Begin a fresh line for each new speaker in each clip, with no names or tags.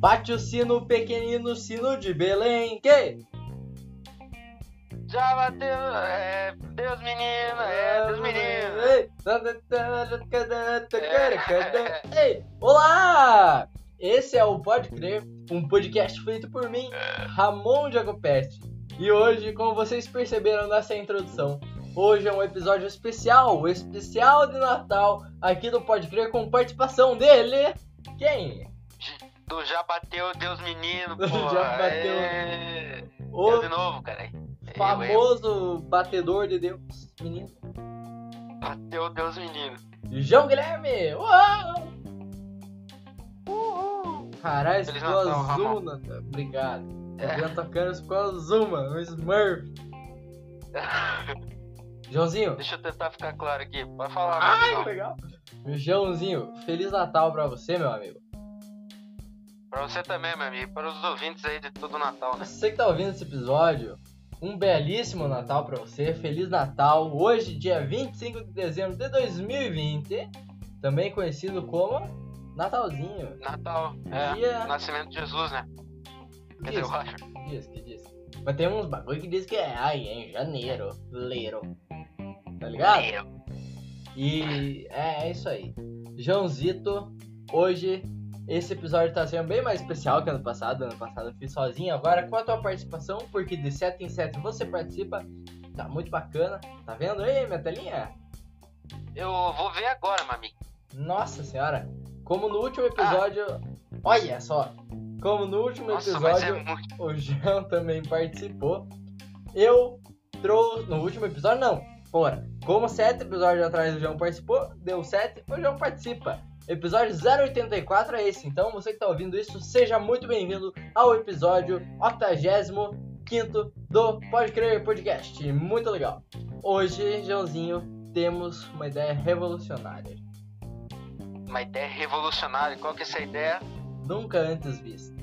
Bate o sino pequenino, sino de Belém, que?
Já bateu, é, Deus menino,
Ah,
é, Deus menino. É.
Ei, olá! Esse é o Pode Crer, um podcast feito por mim, Ramon Jacopetti. E hoje, como vocês perceberam nessa introdução, hoje é um episódio especial, o especial de Natal aqui do Pode Crer com participação dele. Quem?
Do já bateu, Deus menino,
Do
pô.
já bateu.
É,
O
Eu de novo, cara. Eu, eu.
famoso batedor de Deus, menino.
Bateu, Deus menino.
João Guilherme! Uou! Caralho,
Feliz
ficou
Natal,
azul,
Ramon.
Natal. Obrigado.
É.
Tá vendo tua câmera ficou azul, mano. Um Smurf. Joãozinho.
Deixa eu tentar ficar claro aqui. Pode falar,
Ai,
Marcelo.
legal. Joãozinho, Feliz Natal pra você, meu amigo.
Pra você também, meu amigo. Para os ouvintes aí de todo o Natal, né?
Você que tá ouvindo esse episódio, um belíssimo Natal pra você. Feliz Natal. Hoje, dia 25 de dezembro de 2020. Também conhecido como Natalzinho.
Natal. É.
Dia...
Nascimento de Jesus, né? Quer dizer,
Isso. Tá
eu acho.
Que diz, que diz. Mas tem uns bagulho que diz que é, ai, é em janeiro, leiro. Tá ligado? E é, é isso aí. Joãozito, hoje esse episódio tá sendo bem mais especial que ano passado. Ano passado eu fiz sozinho, agora com a tua participação, porque de 7 em 7 você participa. Tá muito bacana. Tá vendo aí minha telinha?
Eu vou ver agora, meu amigo.
Nossa senhora. Como no último episódio. Olha só! Como no último
Ah. Nossa, mas é
Um episódio.
muito.
o Jean também participou. Eu trouxe. No último episódio, não. Fora. Como sete episódios atrás o João participou, deu sete, o João participa. Episódio 084 é esse, então você que tá ouvindo isso, seja muito bem-vindo ao episódio 85 do Pode Crer Podcast. Muito legal. Hoje, Joãozinho, temos uma ideia revolucionária.
Uma ideia revolucionária. Qual que é essa ideia?
Nunca antes vista.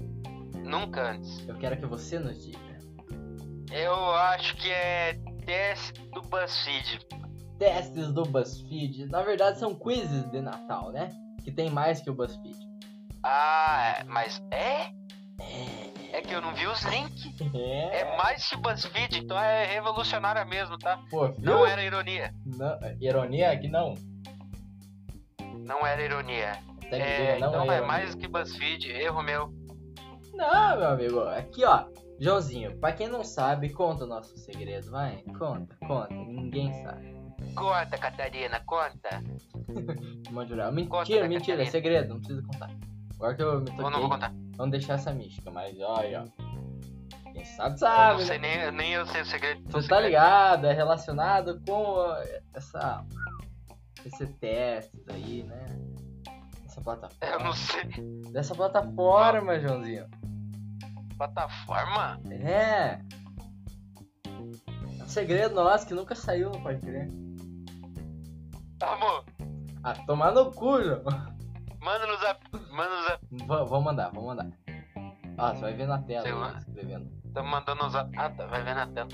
Nunca antes.
Eu quero que você nos diga.
Eu acho que é teste do BuzzFeed.
testes do BuzzFeed. Na verdade, são quizzes de Natal, né? Que tem mais que o BuzzFeed.
Ah, é, mas é? É que eu não vi os links.
É,
É mais que BuzzFeed, então é revolucionária mesmo, tá?
pô, viu?
Não era ironia.
Não, é, ironia aqui não.
Não era ironia.
Até que
É,
diga, não
então
é,
é,
ironia.
mais que BuzzFeed, erro meu.
Não, meu amigo. Aqui, ó. Joãozinho, pra quem não sabe, conta o nosso segredo, vai. Conta, conta. Ninguém sabe.
Conta, Catarina, conta.
Vamos jurar. Mentira,
Conta, né,
mentira. É
Catarina?
segredo, não precisa contar. Agora que eu me
Ou não vou
toquei,
contar?
vamos deixar essa mística, mas olha, ó. Quem sabe,
Eu
sabe,
não
né?
sei, nem, nem eu sei o segredo. do
Você tá
segredo.
ligado, é relacionado com ah, essa esse teste aí, né? Essa
Eu
plataforma.
não sei.
Dessa plataforma, Joãozinho.
Plataforma?
É. É um segredo nosso que nunca saiu, não pode crer.
Tá, Amor,
Ah, tomar no cu, João.
manda no zap. Manda no zap.
V- Vou mandar, vou mandar. Ah, você vai ver na tela,
Sei lá.
eu escrevendo.
Tá mandando no zap. Ah, tá, vai ver na tela.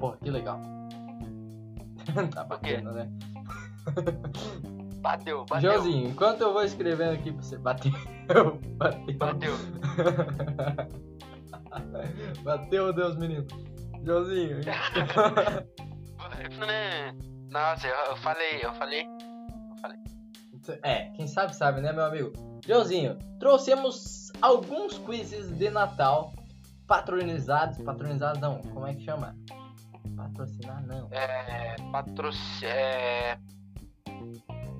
Pô, que legal. tá bacana, né?
Bateu, bateu.
Joãozinho, enquanto eu vou escrevendo aqui pra você bater, eu bateu.
Bateu.
Bateu, Deus, menino. Joãozinho.
Né? Nossa, eu, eu falei, eu falei.
É, quem sabe sabe, né, meu amigo? Joãozinho, trouxemos alguns quizzes de Natal patronizados. Patronizados não, como é que chama? Patrocinar não.
É. Patrocínio. É,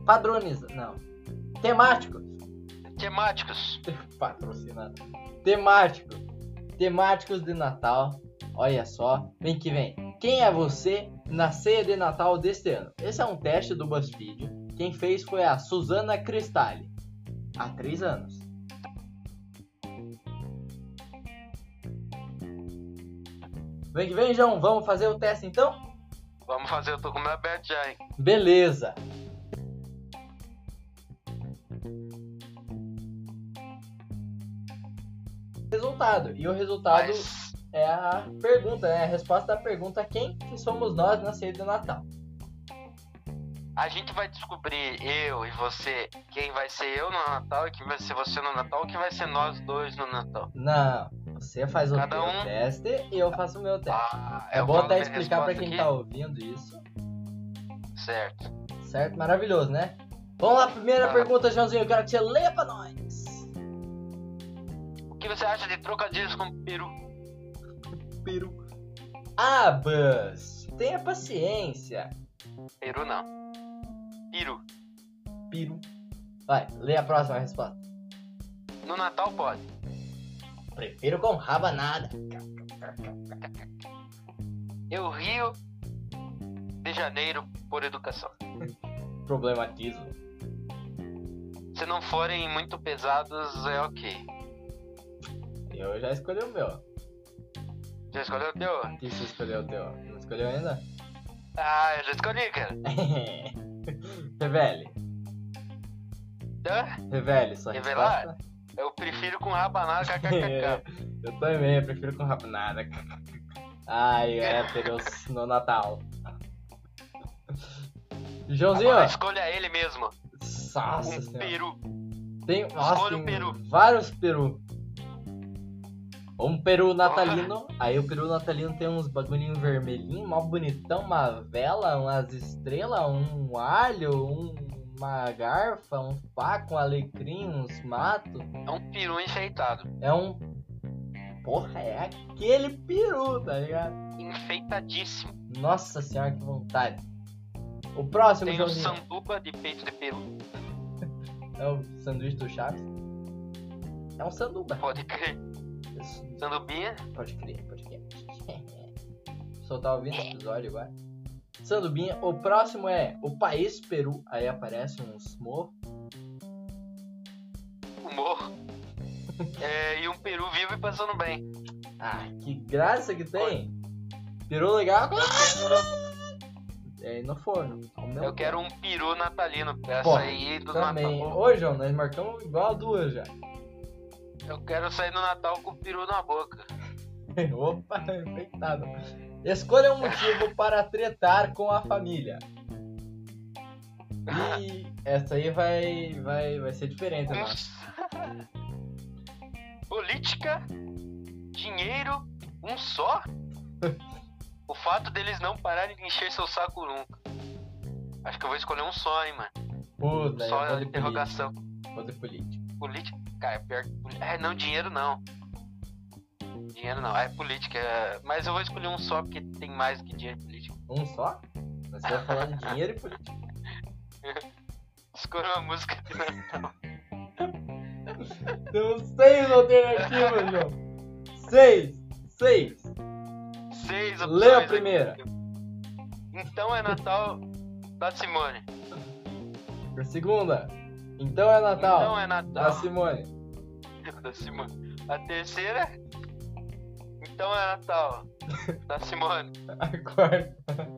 Padroniza, não. Temático.
temáticos.
Patrocinado. Temático. Temáticos de Natal. Olha só, vem que vem. Quem é você na ceia de Natal deste ano? Esse é um teste do BuzzFeed. Quem fez foi a Suzana Cristalli. Há três anos. Vem que vem, João. Vamos fazer o teste então?
Vamos fazer, eu tô com o meu aberto já, hein?
Beleza. Resultado. E o resultado
Mas,
é a pergunta, né? A resposta da pergunta quem que somos nós na ceia do Natal.
A gente vai descobrir, eu e você, quem vai ser eu no Natal, quem vai ser você no Natal, quem vai ser nós dois no Natal.
Não, você faz o
Cada
teu
um-
teste e eu faço o meu teste.
Ah,
é
eu
bom
falo
até
minha
explicar pra
resposta
quem
aqui?
tá ouvindo isso.
Certo.
Certo? Maravilhoso, né? Vamos lá, primeira
Ah.
pergunta, Joãozinho. Eu quero que você leia pra nós.
O que você acha de trocadilhos com peru?
Peru. Abas. Ah, Tenha paciência.
Peru não. Peru.
Peru. Vai, lê a próxima resposta.
No Natal pode.
Prefiro com rabanada.
Eu rio de janeiro por educação.
Problematizo.
Se não forem muito pesados, é ok.
Eu já escolhi o meu.
Já escolheu o teu?
E você escolheu o teu? Não escolheu ainda?
Ah, eu já escolhi, cara.
Revele.
Hã?
Revele sua
Revelar?
resposta.
Eu prefiro com rabanada kkkk.
eu também, eu prefiro com rabanada. Ai, héteros no Natal. Joãozinho,
Agora escolha ele mesmo.
nossa
é Um
senhora.
peru.
Tem, nossa,
Escolha um
tem
peru.
vários peru. Um peru natalino, aí o peru natalino tem uns bagulhinho vermelhinho, mal bonitão, uma vela, umas estrelas, um alho, um- uma garfa, um faco, um alecrim, uns matos.
É um peru enfeitado.
É um. Porra, é aquele peru, tá ligado?
Enfeitadíssimo.
Nossa senhora, que vontade. O próximo
Tem um
Joãozinho.
sanduba de peito de peru.
É o sanduíche do Chaves. É um sanduba.
Pode crer.
Isso.
Sandubinha.
Pode crer, pode crer. Só tá ouvindo esse episódio agora. Sandubinha, o próximo é o país Peru. Aí aparece uns morros.
Humor. É, e um peru vivo e passando bem.
Ah, que graça que tem! Peru legal. É no forno. ao mesmo
Eu quero um peru natalino. Pra
Pô,
sair do
Também.
Natal.
Ô, João, nós marcamos igual a duas já.
Eu quero sair do Natal com o peru na boca.
Opa, infectado. Escolha um motivo para tretar com a família. E essa aí vai, vai, vai ser diferente, né?
Um- Política, dinheiro, um só? o fato deles não pararem de encher seu saco nunca. Acho que eu vou escolher um só, hein, mano.
Puta, eu vou
só é
de política.
interrogação.
Vou de política.
Política. Cara, é pior que. poli- É, não, dinheiro não. Dinheiro não, é política. é- Mas eu vou escolher um só porque tem mais que dinheiro e política.
Um só? Mas Você vai falar de dinheiro e política.
Escolha uma música é de Natal.
Temos Então, seis alternativas, João. Seis. Seis.
Seis opções.
Lê a
aqui.
primeira.
Então é Natal da Simone.
A segunda. Então é Natal.
Então é
Da
Natal.
Simone.
da Simone. A terceira. Então é Natal. Da Simone.
A quarta.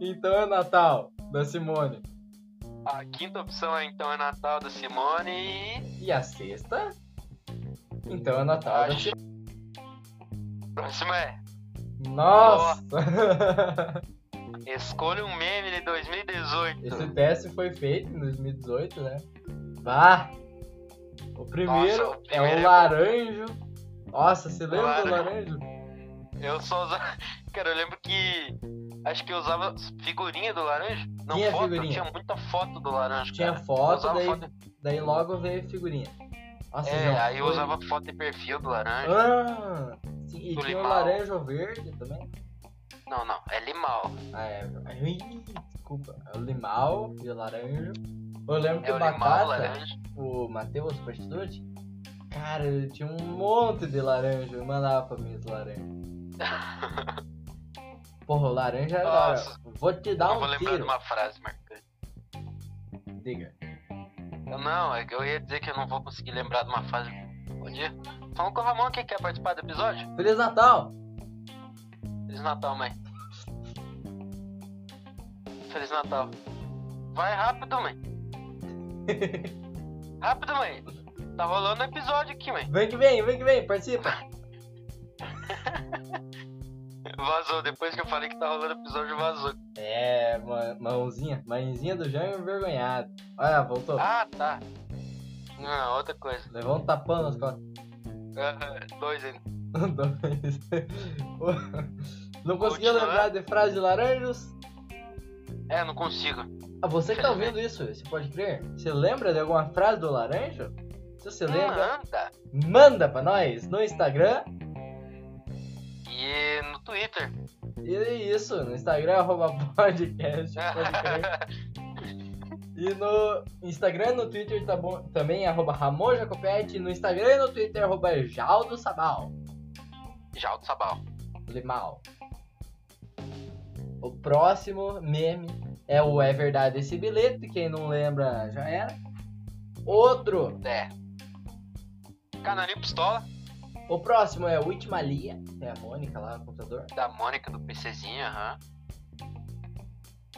Então é Natal. Da Simone.
A quinta opção é Então é Natal da Simone e.
E a sexta? Então é Natal.
a
da-
Próxima é.
Nossa!
Escolha um meme de 2018.
Esse teste foi feito em 2018, né? Vá! O primeiro,
Nossa, o
é o
primeiro é bom.
laranjo. Nossa, você lembra do laranjo? é
Eu só usava. Cara, eu lembro que. Acho que eu usava figurinha do laranja. Não,
Tinha
foto.
figurinha.
Tinha muita foto do laranja.
Tinha
cara.
foto,
usava
daí,
foto-
daí logo veio figurinha. Nossa,
É,
João,
aí eu
foi-
usava foto de perfil do laranja.
Ah, sim, e tinha
Do
o
limão.
laranjo verde também.
Não, não. É limal.
Ah, é. Ai, desculpa. É O limal e o laranjo. Eu lembro que
É o
batata.
limal, laranja.
o Matheus Prostitute, cara, eu tinha um monte de laranja, eu mandava pra mim os laranja. Porra, o laranja era da hora.
Nossa.
Vou te dar
eu vou
um
lembrar de
tiro.
uma frase marcante.
Diga.
Eu Não, é que eu ia dizer que eu não vou conseguir lembrar de uma fase. Bom dia. Falando com o Ramon aqui, quer participar do episódio?
Feliz Natal!
Feliz Natal, mãe. Feliz Natal. Vai rápido, mãe. rápido, mãe. Tá rolando episódio aqui, mãe.
Vem que vem, vem que vem, participa!
Vazou. Depois que eu falei que tá rolando episódio, vazou.
É, ma- mãozinha. Mãezinha do Jânio envergonhado. Olha, voltou.
Ah, tá. Não, outra coisa.
Levou um tapão nas costas.
Ah, dois ainda.
Não dá mais. Não conseguiu
Continuar.
lembrar de frase de laranjos?
É, não consigo.
Ah, você que tá ouvindo isso, você pode crer? Você lembra de alguma frase do laranjo? Se
Ah.
você lembra,
Não anda.
manda pra nós no Instagram.
E no Twitter.
E é isso, no Instagram, arroba podcast, pode crer. E no Instagram, no Twitter tá bom, também, arroba Ramon Jacopetti. No Instagram e no Twitter, arroba Jaldo Sabal.
Jaldo Sabal.
Limal. O próximo meme é o É Verdade Esse Bilhete. Quem não lembra, já era. Outro,
É. Canarinho Pistola,
o próximo é o Itmalia. É a Mônica lá no computador.
da Mônica do PCzinho, aham.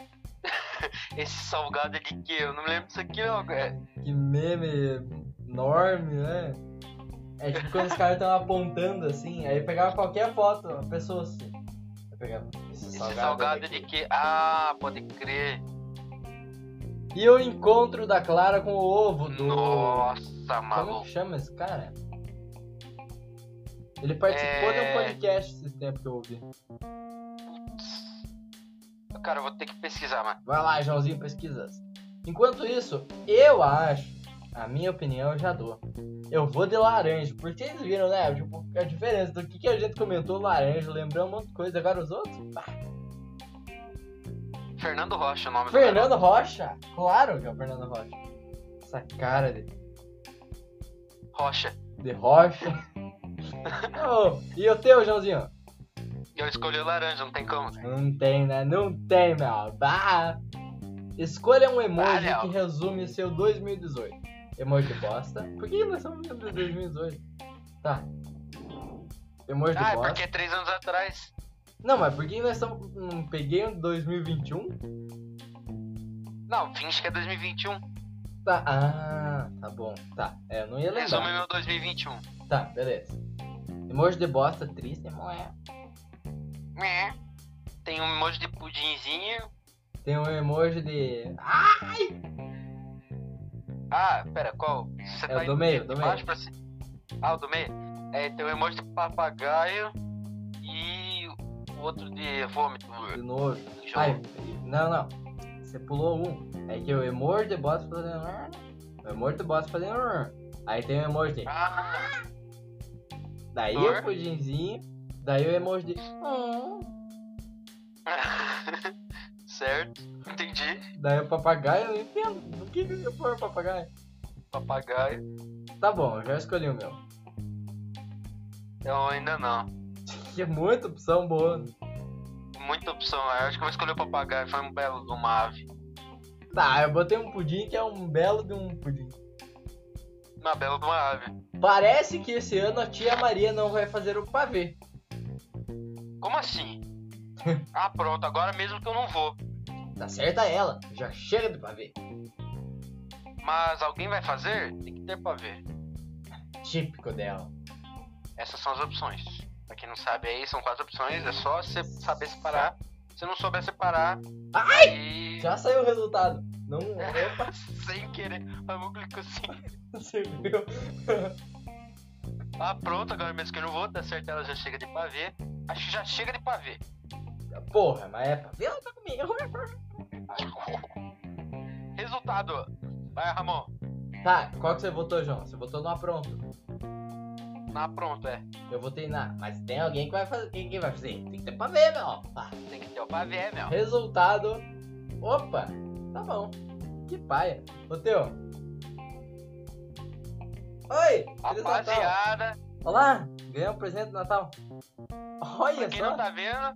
Esse salgado é de quê? Eu não me lembro disso aqui não, É, cara.
Que meme enorme, né? É tipo quando os caras estão apontando assim, aí pegava qualquer foto, a pessoa assim. Aí pegava esse
Esse
salgado,
salgado é
daqui.
de quê? Ah, pode crer.
E o encontro da Clara com o ovo do.
Nossa,
Como
maluco.
que chama esse cara? Ele participou de
É.
um podcast esse tempo que eu ouvi.
Cara, eu vou ter que pesquisar, mano.
Vai lá, Joãozinho, pesquisas. Enquanto isso, eu acho, a minha opinião eu já dou. Eu vou de laranja, porque vocês viram, né? Tipo, a diferença do que, que a gente comentou, laranja, lembrou um monte de coisa. Agora os outros? Bah,
Fernando Rocha é o nome do
Fernando Rocha! Claro que é o Fernando Rocha. Essa cara de,
cara. Rocha.
de rocha. Ô, e o teu, Joãozinho?
Eu escolhi o laranja, não tem como.
Não tem, né? Não tem, meu. Bah. Escolha um emoji
Valeu.
que resume seu 2018. Emoji bosta. Por que nós estamos vendo 2018? Tá. Emoji
Ah, é
bosta.
porque é três anos atrás.
Não, mas por que nós estamos. Não peguei um 2021?
Não, finge que é 2021.
Tá. Ah, tá bom. Tá. É, eu não ia lembrar.
Resume meu 2021.
Tá, beleza. Emoji de bosta, triste, não é.
Né? Tem um emoji de pudinzinho.
Tem um emoji de. Ah,
Ah, pera, qual? Você
É
tá
o do meio,
de
do
baixo
meio.
pra cima. Ah, o do meio? É, tem um emoji de papagaio e o outro de vômito.
de nojo.
Enjoo.
Ai, não, não. Você pulou um. É que o emoji de bosta fazendo. O emoji de bosta fazendo. Aí tem o emoji de.
Ah,
Daí
Dor.
o pudinzinho. Daí o emoji de. hum.
certo. Entendi.
Daí o papagaio, eu não entendo. Por que que eu pôr o papagaio?
Papagaio.
Tá bom, eu já escolhi o meu.
Eu ainda não.
Que é muita opção boa.
Muita opção. Eu acho que eu vou escolher o papagaio. Foi um belo de uma ave.
Tá, eu botei um pudim que é um belo de um pudim.
Uma bela de uma ave.
Parece que esse ano a tia Maria não vai fazer o pavê.
Como assim? ah, pronto. Agora mesmo que eu não vou.
Tá certa ela, já chega do pavê.
Mas alguém vai fazer? Tem que ter pra ver.
Típico dela.
Essas são as opções. Pra quem não sabe aí, são quatro opções. É só você saber separar. Se não souber separar. Ai! E...
Já saiu o resultado. Não. é Opa.
sem querer. Ah, vou clicar assim.
Você viu?
Ah, pronto. Agora mesmo que eu não vou, tá certo. Ela já chega de pavê. Acho que já chega de pavê.
Porra, mas é pra ver ela tá comigo.
Resultado. Vai, Ramon.
Tá, qual que você votou, João? Você votou no apronto.
Na pronto, é.
Eu votei na. Mas tem alguém que vai fazer. Quem que vai fazer? Tem que ter pra ver, meu. Pá.
Tem que ter o pavê, meu.
Resultado. Opa! Tá bom. Que paia. Ô Teu. Oi! Feliz Natal!
Rapaziada,
Olá! Ganhei um presente de Natal. Olha
pra quem não
só!
tá vendo, é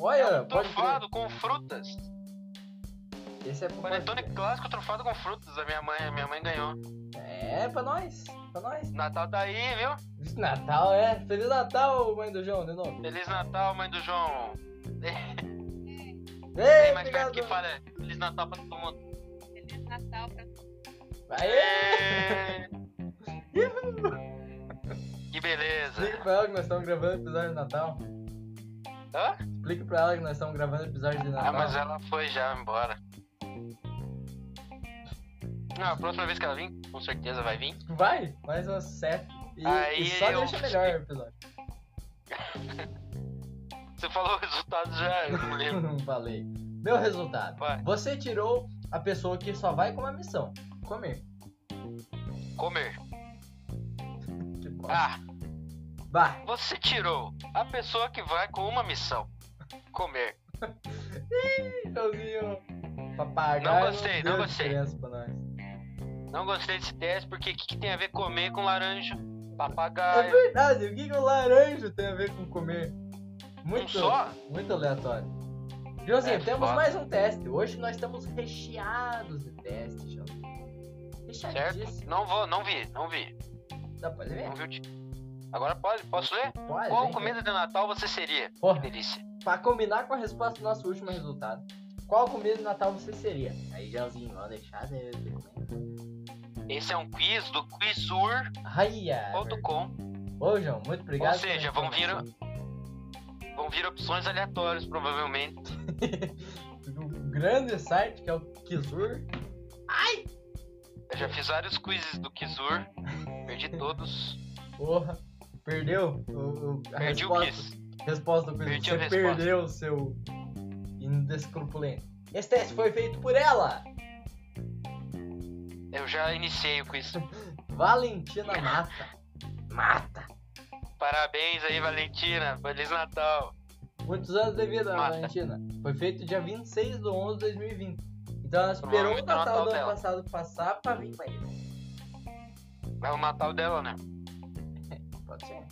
Olha,
um
pode crer.
trufado com frutas.
Esse é pro
Panetone clássico trufado com frutas. A minha mãe, a minha mãe ganhou.
É, pra nós. Pra nós.
Natal tá aí, viu?
Natal, é. Feliz Natal, mãe do João, de novo.
Feliz Natal, mãe do João.
Ei,
Tem mais perto
obrigado.
que fala. é Feliz Natal pra todo mundo.
Feliz Natal pra
Aê!
Ê! que beleza.
Liga pra ela que nós estamos gravando o episódio de Natal.
Hã?
Explica pra ela que nós estamos gravando episódio de Natal.
Ah, mas ela foi já embora. Não, a próxima vez que ela vir, com certeza vai vir.
Tipo, Vai, mais umas sete. E,
Aí
e só
eu-
deixa melhor o episódio.
Você falou o resultado já, é um eu não lembro.
Não falei. Meu resultado.
Vai.
Você tirou a pessoa que só vai com uma missão. Comer.
Comer.
Que bom.
Ah,
Bah.
você tirou a pessoa que vai com uma missão. Comer.
Joãozinho. Papagaio.
Não gostei, não
deu
gostei.
diferença pra nós.
Não gostei desse teste porque o que, que tem a ver comer com laranja?
É
Papagaio.
verdade, o que, que o laranja tem a ver com comer?
Um
Muito,
só?
muito aleatório. Joãozinho,
É,
temos
foda.
mais um teste. Hoje nós estamos recheados de testes, Joãozinho.
Certo?
Recheadíssimo.
Não vou, não vi, não vi.
Dá pra ler?
Não vi o ti- Agora pode, posso ler?
Pode.
Qual
vem,
comida de Natal você seria?
vem. Porra,
Que delícia.
Pra combinar com a resposta do nosso último resultado, qual comida de Natal você seria? Aí, Joãozinho, ó, deixada.
Esse é um quiz do quizur.com.
é. Raia! Ô, João, muito obrigado.
Ou seja,
pela
vão vir-
informação.
Vão vir opções aleatórias, provavelmente.
um Do grande site que é o Kizur.
Eu já fiz vários quizzes do Kizur, perdi todos.
Porra, perdeu o, o- a
Perdi o
resposta.
quiz.
resposta do quiz.
Perdi
você
a resposta.
perdeu o seu indescrupulento. Esse teste foi feito por ela,
Eu já iniciei o quiz.
Valentina Mata. Mata.
Parabéns aí, Valentina. Feliz Natal.
Muitos anos de vida,
Mata.
Valentina. Foi feito dia 26 de 11 de 2020. Então ela esperou o
Provavelmente é o
Natal do
Natal
ano
dela.
passado passar pra vir pra ele.
É o Natal dela, né?
Pode ser.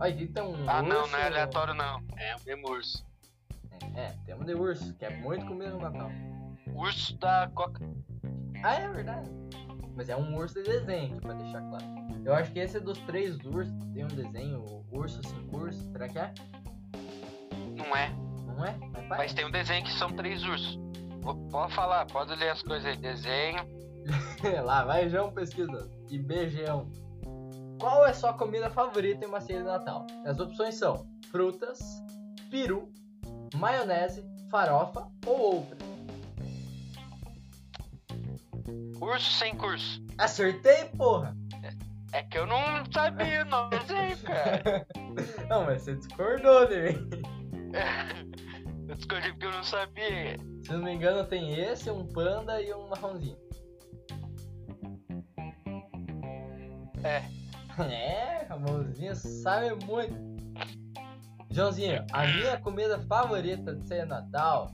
Olha, aqui tem um
Ah, não,
urso.
não é aleatório, não. É o mesmo urso.
É, temos de urso, que é muito comida no Natal.
Urso da Coca.
Ah, é verdade. Mas é um urso de desenho, pra deixar claro. Eu acho que esse é dos três ursos. Tem um desenho, o urso sem curso. Será que é?
Não é.
Não é? Mas
Mas
parece.
tem um desenho que são três ursos. Vou- Pode falar, pode ler as coisas aí. Desenho.
Lá vai João pesquisa. E beijão. Qual é sua comida favorita em uma ceia de Natal? As opções são frutas, peru, maionese, farofa ou outra.
Urso sem curso.
Acertei, porra!
É que eu não sabia o nome do desenho, cara.
Não, mas você discordou de mim.
Eu descobri porque eu não sabia.
Se não me engano, tem esse, um panda e um marronzinho.
É.
É, Ramonzinho sabe muito. Joãozinho, a minha comida favorita de ceia de Natal.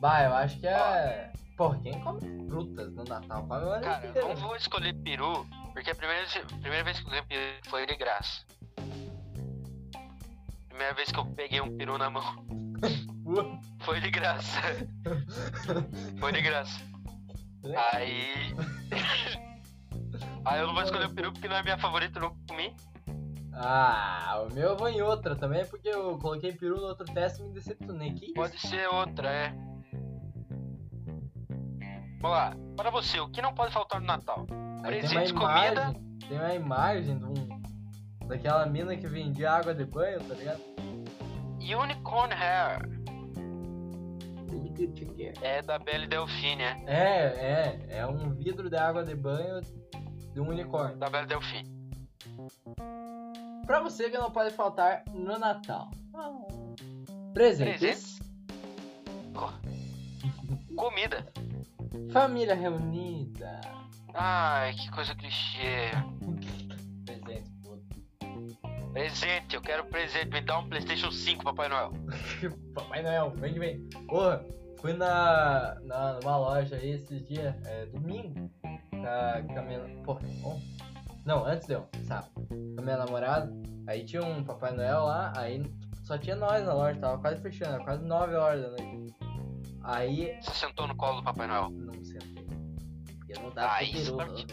Bah, eu acho que é. Porra, quem come frutas no Natal? Come o ano
Cara, eu
inteiro,
não
né?
vou escolher peru, porque a primeira, vez- a primeira vez que eu ganhei peru foi de graça. Primeira vez que eu peguei um peru na mão
Pô,
foi de graça. Foi de graça. Aí. Aí eu não vou escolher o peru porque não é minha favorita, eu não comi.
Ah, o meu eu vou em outra também, porque eu coloquei peru no outro teste e me decepcionei. Que isso?
Pode ser outra, é. Vamos lá. Para você, o que não pode faltar no Natal?
Aí tem uma
Presentes,
imagem, tem uma imagem de um- daquela mina que vendia água de banho, tá ligado?
Unicorn Hair. É da Belle Delphine, é.
É, é, é um vidro de água de banho de um unicórnio.
Da Belle Delphine.
Pra você que não pode faltar no Natal. Presentes,
Presentes. Comida.
família reunida.
Ai, que coisa clichê.
Presentes, puta.
Presente, eu quero presente. Me dá um PlayStation 5, Papai Noel.
Papai Noel, vem que vem. Porra, fui na, na, numa loja aí esses dias, é, domingo, com a, com a minha. Porra, bom. Não, antes deu, sabe? Com a minha namorada. Aí tinha um Papai Noel lá, aí só tinha nós na loja, tava quase fechando, era quase 9 horas da noite. Aí
Você sentou no colo do Papai Noel.
Não sentei. Porque eu não dava
Ah,
pro peru,
isso pra
não.
mim.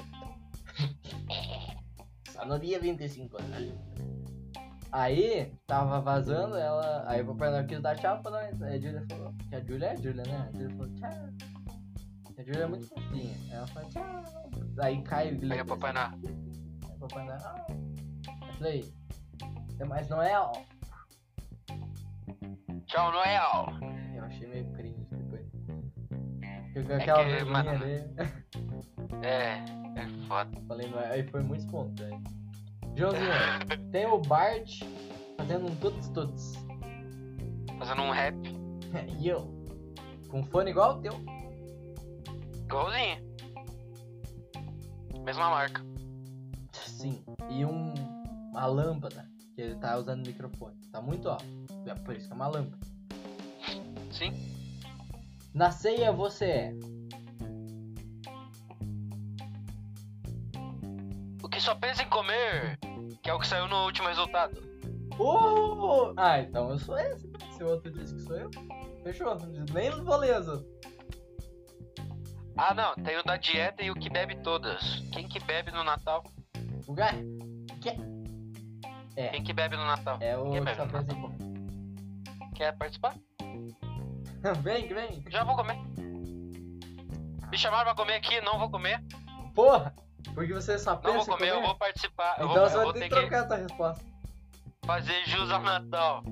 Só no dia 25 anos. Aí, tava vazando, ela. Aí o Papai Noel quis dar tchau pra nós. né? Aí a Julia falou. Que a Julia é a Julia, né? A Julia falou tchau. A Julia é muito fofinha. Aí Ela falou tchau. Aí cai o glitter.
Aí o Papai Noel.
assim. Aí o Papai Noel. "É, "Ah." Eu falei. Até mais Noel.
Tchau, Noel.
Eu achei meio cringe depois. Ficou aquela
É que,
vergonhinha
mano-
ali.
É, é foda.
Falei, mas aí foi muito espontâneo. Joãozinho, tem o Bart fazendo um tuts tuts.
Fazendo um rap
E eu? Com fone igual o teu.
igualzinho. Mesma marca.
Sim. E um, uma lâmpada. Que ele tá usando o microfone. Tá muito alto. É por isso que é uma lâmpada.
Sim.
Na ceia você é.
O que só pensa em comer, que é o que saiu no último resultado.
Uh! Ah, então eu sou esse. Se o outro diz que sou eu, fechou. Nem vou ler as outras.
Ah, não, tem o da dieta e o que bebe todas. Quem que bebe no Natal?
O Gai? Que? É,
Quem que bebe no Natal?
é o
Quem
que
bebe
tá
no Natal?
pensando.
Quer participar?
Vem, vem.
Já vou comer. Me chamaram pra comer aqui, não vou comer.
Porra! Porque você só pensa
Não vou
em
comer, eu vou participar. Eu
Então
vou,
você
eu
vai
vou
ter que
ter
trocar a tua resposta.
que fazer jus ao Natal.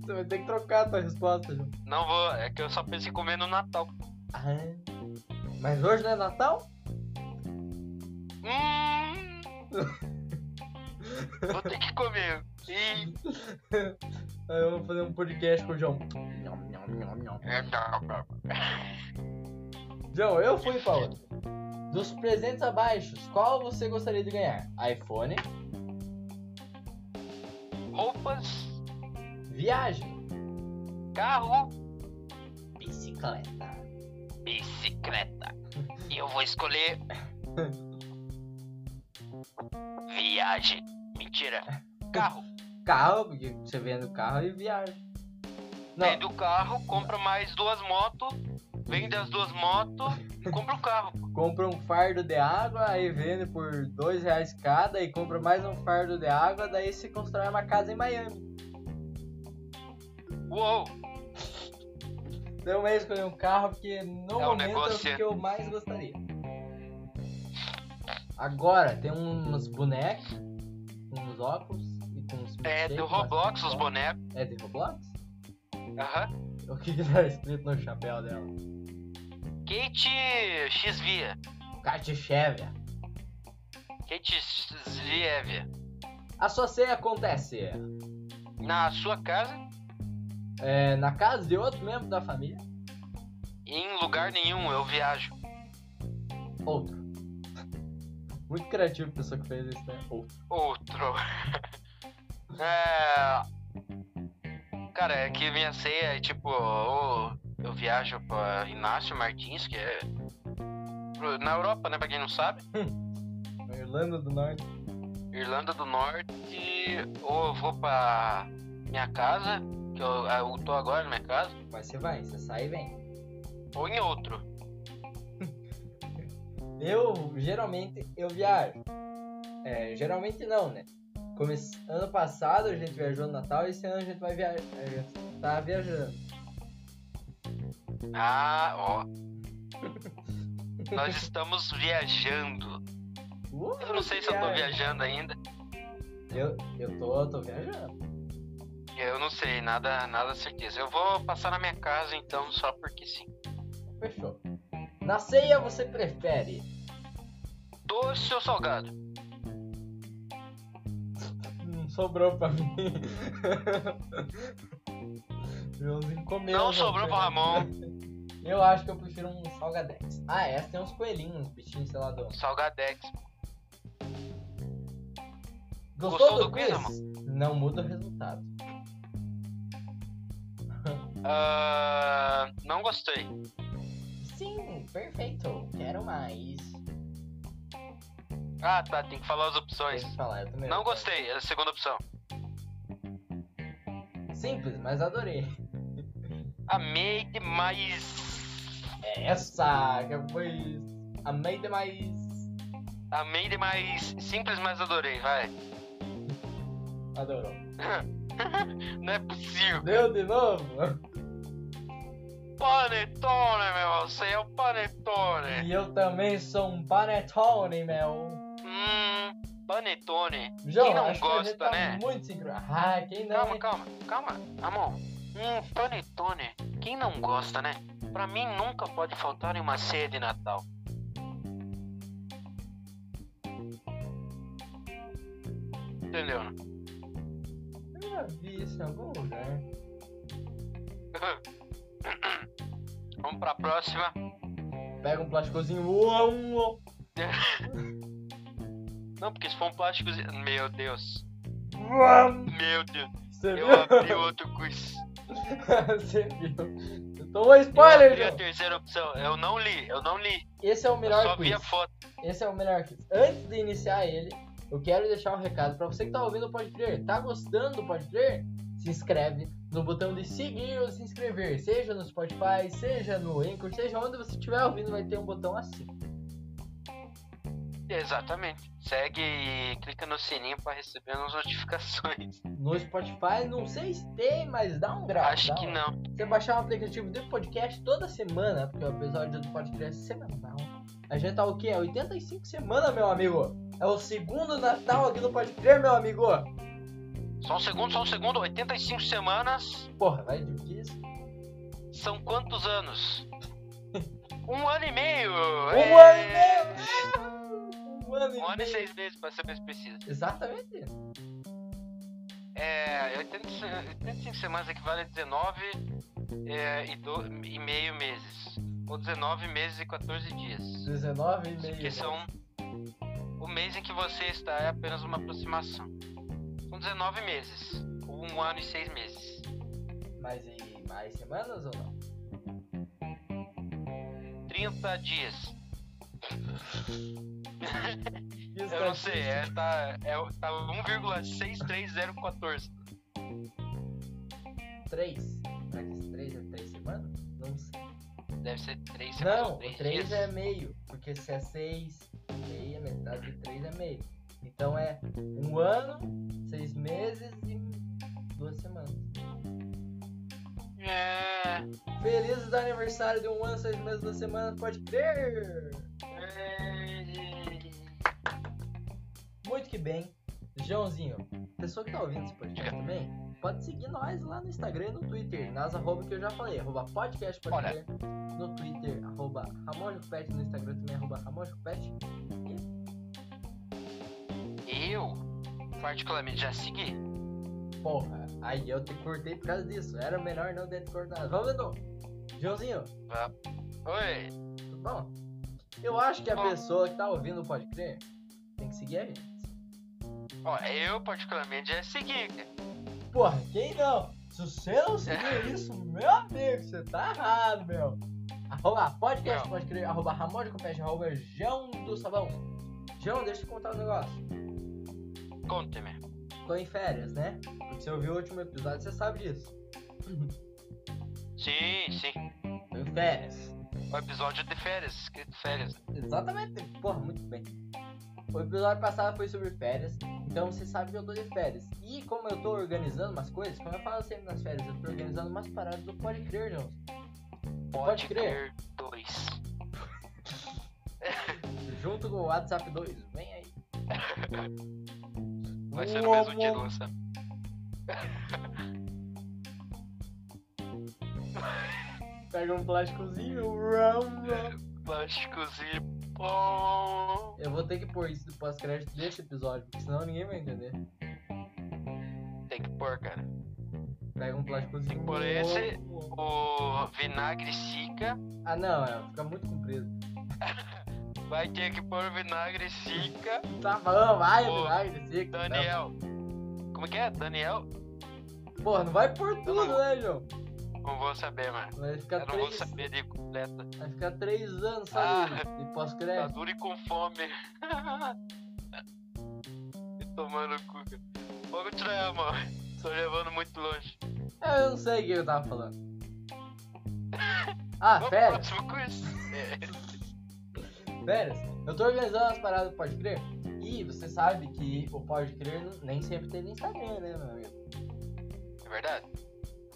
Você vai ter que trocar a tua resposta, João.
Não vou, é que eu só penso em comer no Natal.
Ah, mas hoje não é Natal?
Hum. Vou ter que comer. E...
Aí eu vou fazer um podcast com o João. Nham, nham, nham, nham.
é,
João, eu fui pra outra. Dos presentes abaixo, qual você gostaria de ganhar? iPhone,
Roupas,
viagem,
carro,
bicicleta.
bicicleta. E eu vou escolher. Viagem. Mentira. Carro.
Carro, porque você vende o carro e viaja. Não,
Vende o carro, compra mais duas motos, vende as duas motos e compra o carro.
compra um fardo de água, aí vende por dois reais cada e compra mais um fardo de água, daí se constrói uma casa em Miami.
Uou!
Então eu escolhi um carro porque no
É um
momento
negócio.
é o que eu mais gostaria. Agora, tem uns bonecos, com uns óculos e com uns
É
milkshake,
do Roblox os
bastante
bonecos.
É de Roblox?
Aham.
O que que tá escrito no chapéu dela?
Kate Xvia.
Kate Chevia.
Kate Zvievia.
A sua ceia acontece
Na sua casa,
é, na casa de outro membro da família.
em lugar nenhum, eu viajo.
Outro. Muito criativo a pessoa que fez isso, né? Outro.
Outro. é... Cara, é que minha ceia é tipo. ou eu viajo pra Inácio Martins, que é. pro- Na Europa, né? Pra quem não sabe.
Na Irlanda do Norte.
Irlanda do Norte. Ou eu vou pra minha casa, que eu, ah, eu tô agora na minha casa.
Mas você vai, você sai e vem.
Ou em outro.
Eu, geralmente, eu viajo. É, geralmente não, né? Come... Ano passado a gente viajou no Natal e esse ano a gente vai viajar. A gente tá viajando.
Ah, ó. Nós estamos viajando.
Uh,
Eu não sei se eu tô viajando ainda.
Eu, eu tô, eu tô viajando.
Eu não sei, nada, nada certeza. Eu vou passar na minha casa então, só porque sim.
Fechou. Na ceia você prefere
Doce ou salgado?
Não sobrou pra mim. Joãozinho comeu.
Não
né?
sobrou pro Ramon.
Eu acho que eu prefiro um salgadex. Ah, essa tem uns coelhinhos, uns bichinhos, sei lá, do...
Salgadex.
Gostou, do, quiz? Não muda o resultado.
Ah, não gostei.
Sim, perfeito. Quero mais.
Ah, tá, tem que falar as
Tem
opções.
que falar, eu também.
Não gostei, é a segunda opção.
Simples, mas adorei.
Amei demais.
É essa que foi... Amei demais.
Amei demais. Simples, mas adorei, vai.
Adorou.
Não é possível.
Deu de novo?
Panetone, meu. Você é o panetone.
E eu também sou um panetone, meu.
Hum, panetone.
João,
Quem não
acho que a gente
gosta,
tá
né?
muito sincro... Ah, quem não,
Calma,
hein?
calma, calma. Ramon, Hum, Tony Tony, quem não gosta, né? Pra mim nunca pode faltar em uma ceia de Natal. Entendeu? né?
Eu já vi isso em algum lugar.
Vamos pra próxima.
Pega um plásticozinho. uau, uau.
Não, porque se for um plásticozinho. Meu Deus.
Uau.
Meu Deus.
Você
Eu abri
viu?
outro quiz.
Você viu? Eu tomou
Eu
spoiler,
abri a
João.
terceira opção. Eu não li, eu não li.
Esse é o
Eu
melhor
só vi
quiz.
a foto.
Esse é o melhor quiz. Antes de iniciar ele, eu quero deixar um recado pra você que tá ouvindo o Pode Crer. Tá gostando do Pode Crer? Se inscreve no botão de seguir ou se inscrever. Seja no Spotify, seja no Anchor, seja onde você estiver ouvindo, vai ter um botão assim.
Exatamente. Segue e clica no sininho pra receber as notificações.
No Spotify, não sei se tem, mas dá um grau.
Acho
dá
que
um-
não.
Você baixar um aplicativo de podcast toda semana, porque o episódio do podcast é semanal. A gente tá o quê? 85 semanas, meu amigo. É o segundo Natal aqui no Pode Crer, meu amigo.
Só um segundo, só um segundo. 85 semanas
Porra, vai difícil.
são quantos anos? um ano e meio! É.
Um ano e meio! Um ano e
Um ano e
meio.
seis meses pra ser mais preciso.
Exatamente.
É, 85, 85 semanas equivale a 19 é, e, do, e meio meses. Ou 19 meses e 14 dias.
19 e meio.
Que são o mês em que você está é apenas uma aproximação. São 19 meses. Ou um ano e seis meses.
Mas e mais semanas ou não?
30 dias.
Isso
Eu não sei, é, tá, é, o- tá 1,63014.
3. Será que 3 é 3 semanas? Não sei.
Deve ser 3
Não,
três
3
dias.
é meio, porque se é 6, meia, metade de 3 é meio. Então é um ano, 6 meses e duas semanas.
É,
Felizes aniversário de um ano, 6 meses, duas semanas, pode crer!
é,
Muito que bem. Joãozinho, pessoa que tá ouvindo esse podcast também, pode seguir nós lá no Instagram e no Twitter, nas arroba que eu já falei, arroba podcast pode crer,
Olha.
no Twitter, arroba Ramon Jocopete, no Instagram também, arroba Ramon Jocopete.
é, Eu, particularmente, já segui.
Porra, aí eu te cortei por causa disso. Era melhor não ter te cortado. Vamos, Edu. Joãozinho,
Oi,
tudo bom? Eu acho que a
Bom.
pessoa que tá ouvindo o Pode Crer tem que seguir a gente.
ó, eu, particularmente, já segui. cara.
Porra, quem não? Se você não seguir isso, meu amigo, você tá errado, meu. Arroba podcast,
Não.
pode crer, arroba Ramon de Copete, arroba João do Sabão. João, deixa eu te contar um negócio.
Conte-me.
Tô em férias, né? Porque você ouviu o último episódio, você sabe disso.
Sim, sim.
Tô em férias.
O episódio de férias, escrito férias.
Exatamente, porra, muito bem. O episódio passado foi sobre férias, então você sabe que eu tô de férias. E como eu tô organizando umas coisas, como eu falo sempre nas férias, eu tô organizando umas paradas do Pode Crer, Jones. Pode crer.
2.
Junto com o WhatsApp 2, vem aí. Um
Vai ser no mesmo dia do
Uou,
lançamento.
Pega um plásticozinho, rum, rum.
Plásticozinho bom.
Eu vou ter que pôr isso do pós-crédito desse episódio, porque senão ninguém vai entender.
Tem que pôr, cara.
Pega um plásticozinho.
Tem que pôr
rum,
esse.
rum.
O vinagre seca
Ah, não, é, fica muito comprido.
vai ter que pôr o vinagre seca.
Tá bom, vai,
Ô,
vai, seca. tá.
Daniel. Como que é? Daniel?
Porra, não vai por tudo, né, João?
Não vou saber, mano.
Vai ficar
Eu não vou
três.
saber de completa.
Vai ficar três anos, sabe? E
Tá
pós-crédito.
duro e com fome. Me tomando o cu. cara. Vou continuar, mano. Tô levando muito longe.
Ah, eu não sei o que eu tava falando. Ah,
Vamos pro
férias,
próximo quiz. É.
férias. Eu tô organizando as paradas do Pode Crer. E você sabe que o Pode Crer nem sempre tem no Instagram, né, meu amigo?
É verdade?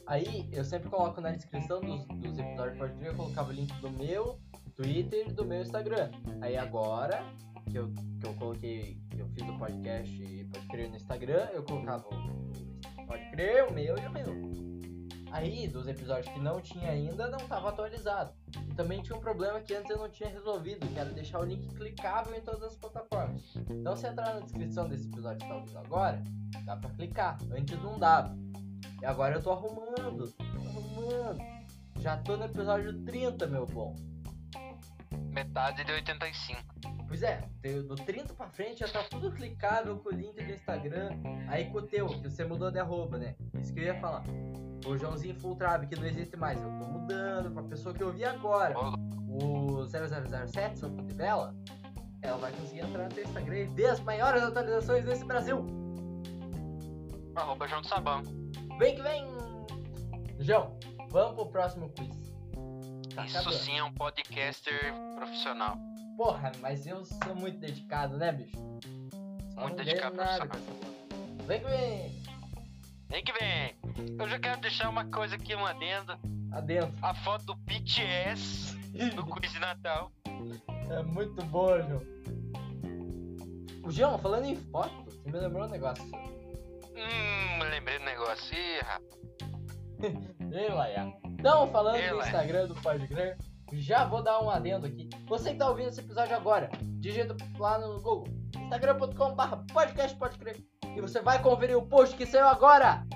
Aí eu sempre coloco na descrição dos, dos episódios do Pode Crer, eu colocava o link do meu Twitter e do meu Instagram. Aí agora que eu, que eu coloquei, que eu fiz o podcast Pode Crer no Instagram, eu colocava o o Pode Crer, o meu e o meu. Aí, dos episódios que não tinha ainda, não estava atualizado. E também tinha um problema que antes eu não tinha resolvido, que era deixar o link clicável em todas as plataformas. Então, se entrar na descrição desse episódio que está ouvindo agora, dá para clicar. Antes não dava. E agora eu tô arrumando, tô arrumando. Já tô no episódio 30, meu bom.
Metade de 85.
Pois é, tem- do 30 pra frente já tá tudo clicável com o link do Instagram. Aí com o teu, que você mudou de arroba, né? Isso que eu ia falar. O Joãozinho Fultrab, que não existe mais. Eu tô mudando pra pessoa que eu vi agora. O 0007, Santa de Bela. Ela vai conseguir entrar no teu Instagram e ver as maiores atualizações desse Brasil.
Arroba João do Sabão.
Vem que vem! João, vamos pro próximo quiz. Tá
Isso
acabando.
sim é um podcaster profissional.
Porra, mas eu sou muito dedicado, né, bicho? Só
Muito
não
dedicado,
ganho nada
profissional.
com essa porra. Vem que vem!
Vem que vem. Eu já quero deixar uma coisa aqui, um adendo.
Adentro.
A foto do BTS no quiz de Natal.
É muito bom, João. O João, falando em foto, você me lembrou um negócio.
Hum, lembrei do negócio. Ih, rapaz.
Ei, Laia. Então, falando
Ei,
do
Laia.
Instagram do Pode Crer, já vou dar um adendo aqui. Você que tá ouvindo esse episódio agora, digita lá no Google, instagram.com.br podcast Pode Crer, e você vai conferir o post que saiu agora!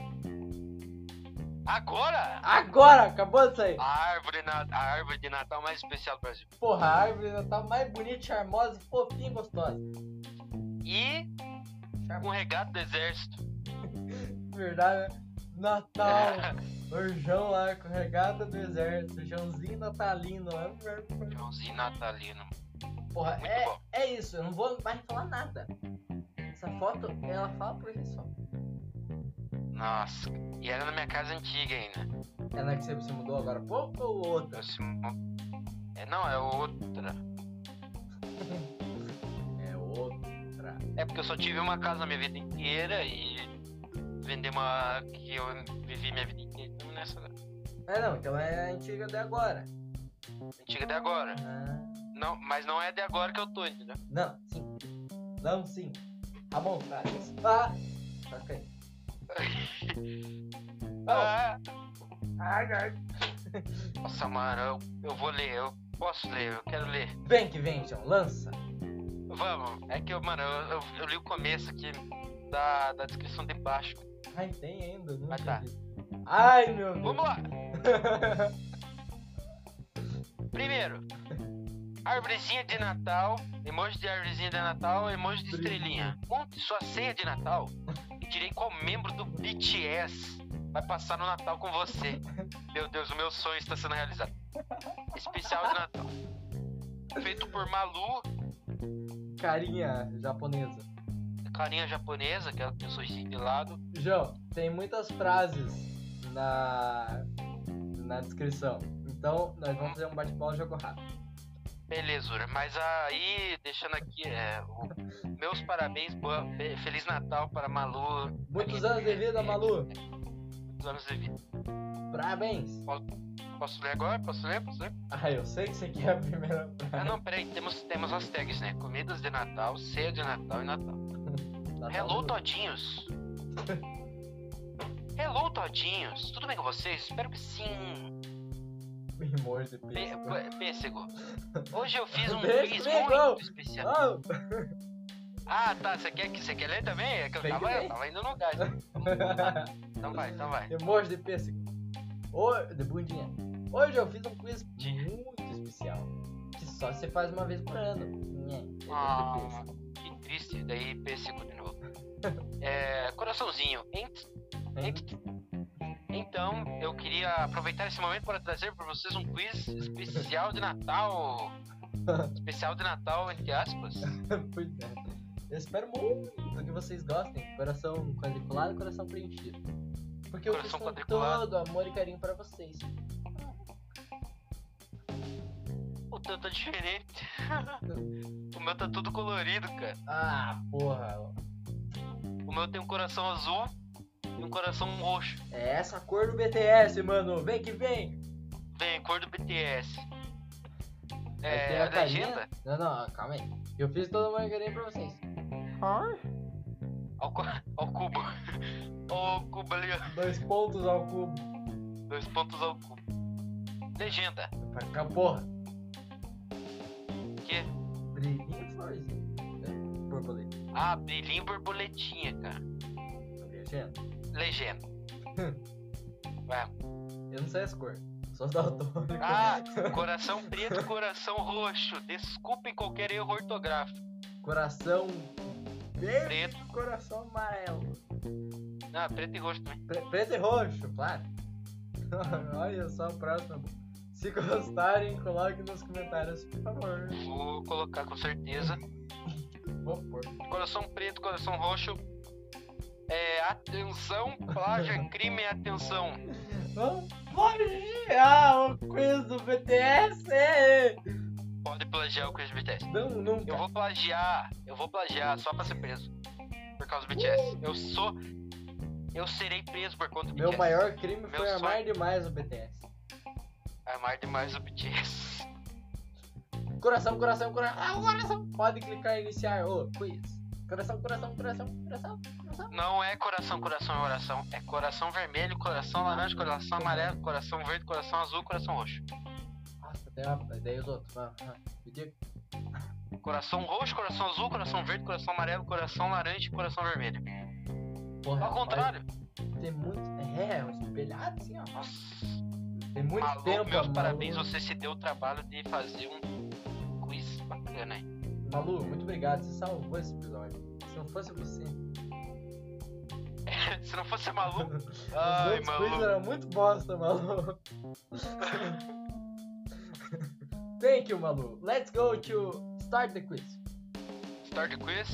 Agora!
Agora! Acabou de sair!
A árvore, na... a árvore de Natal mais especial do Brasil.
Porra, a árvore ainda tá mais bonita, charmosa, fofinha e gostosa.
E
Charmosa.
um regato do exército.
Verdade, né? Natal, o João lá com regata do exército, Joãozinho natalino. lá.
Joãozinho natalino.
Porra,
Muito
é,
bom.
é isso, eu não vou mais falar nada. Essa foto, ela fala por si só.
Nossa. E era na minha casa antiga ainda.
É na que você você mudou agora há pouco ou outra?
Eu se- É, não, é outra.
É outra.
É porque eu só tive uma casa a minha vida inteira e vender uma que eu vivi minha vida inteira então nessa
É não, então é a antiga de agora.
antiga de agora.
Ah,
Não, mas não é de agora que eu tô, entendeu?
não, sim. Não, sim. Ramon, traz. Ah! Toca aí. Ah,
Ah,
ai, ai.
nossa, mano, eu, eu vou ler, eu posso ler, eu quero ler.
Vem que vem, João, lança.
Vamos, é que eu, mano, eu, eu- eu li o começo aqui da, da descrição de baixo.
Ai, tem ainda, não
Vai tá.
acredito. Ai, meu Deus.
Vamos lá! Primeiro, árvorezinha de Natal, emoji de árvorezinha de Natal, emoji de estrelinha. Monte sua ceia de Natal e direi qual membro do BTS vai passar no Natal com você. Meu Deus, o meu sonho está sendo realizado. Especial de Natal. Feito por Malu,
Carinha japonesa.
carinha japonesa, aquela que eu sou de lado.
João, tem muitas frases na, na descrição. Então, nós vamos fazer um bate-bola jogo rápido.
Belezura, mas aí, deixando aqui, é, o- meus parabéns, boa- fe- Feliz Natal para Malu,
Muitos anos de vida, Malu.
dos anos de vida.
Parabéns.
Posso ler agora? Posso ler? Posso ler?
Ah, eu sei que você quer a primeira
Ah,
frase.
não, peraí, temos, temos as tags, né? Comidas de Natal, ceia de Natal e Natal.
Natal
Hello,
do-
Todinhos! Hello, Todinhos! Tudo bem com vocês? Espero que sim!
Emoji de
Pê-
pêssego.
pê- Pêssego. Hoje eu fiz um
Beijo,
quiz
pegou.
muito especial.
Oh,
Ah, tá. Você quer, você quer ler também? É que eu
Tem que
tava,
ler.
eu tava indo no gás. Então vai, então vai.
Emoji de pêssego. Oi, de bundinha. Hoje eu fiz um quiz
Dia.
muito especial. Que só você faz uma vez por ano. Nhe, emoji de
Ah,
pêssego.
que triste. Daí pêssego de novo. É, coraçãozinho. Ent- ent- Então, eu queria aproveitar esse momento para trazer para vocês um quiz especial de Natal. Especial de Natal, entre aspas.
Pois é. Eu espero muito que vocês gostem. Coração quadriculado, coração preenchido. Porque eu fiz
Coração
com
quadriculado.
todo amor e carinho pra vocês.
O teu tá diferente. O meu tá tudo colorido, cara.
Ah, porra.
O meu tem um coração azul e um coração roxo.
É essa a cor do BTS, mano. Vem que vem.
Vem, cor do BTS.
Aí tem
É, a
carinha-
legenda?
Não, não, calma aí. Eu fiz todo amor e carinho pra vocês.
Ao, cu- ao cubo. Ó o cubo ali, ó.
Dois pontos ao cubo.
Dois pontos ao cu. Legenda.
Vai ficar porra.
Quê?
Brilhinho e florzinha. É, borboleta.
Ah, brilhinho e borboletinha, cara.
Legenda.
Legenda.
Eu não sei as cores. Só
Tá
os daltônicos.
Ah, coração preto, coração roxo. Desculpem qualquer erro ortográfico.
Coração verde
Preto.
e coração amarelo.
Ah, preto e roxo também.
Pre- preto e roxo, claro. Olha só a próxima. Se gostarem, coloquem nos comentários, por favor.
Vou colocar com certeza.
Vou pôr.
Coração preto, coração roxo. É, atenção, plágio, crime, atenção.
Vamos plagiar o quiz do BTS!
Pode plagiar o Chris BTS.
Não, nunca.
Eu vou plagiar, eu vou plagiar só pra ser preso. Por causa do BTS. Eu sou. Eu serei preso por conta do
Meu
BTS.
maior crime
Meu
foi
sonho.
amar demais o BTS.
Amar É demais o BTS.
Coração, coração, coração. Ah, coração! Pode clicar em iniciar o quiz. Coração, coração, coração, coração, coração.
Não é coração, coração é oração. É coração vermelho, coração laranja, coração amarelo, coração verde, coração azul, coração roxo.
Nossa, tem uma. Daí os outros. Ah, ah. Me diga.
Coração roxo, coração azul, coração verde, coração amarelo, coração laranja e coração vermelho.
Porra,
Ao
rapaz,
contrário.
Tem muito. É, um espelhado assim, ó.
Nossa.
Tem muito
Malu,
tempo.
meus
Malu.
parabéns, você se deu o trabalho de fazer um quiz bacana aí.
Malu, muito obrigado. Você salvou esse episódio. Se não fosse você.
se não fosse maluco.
Os
Ai,
outros quiz
maluco.
eram muito bosta, Malu. Thank you, Malu. Let's go to start the quiz.
Start the quiz.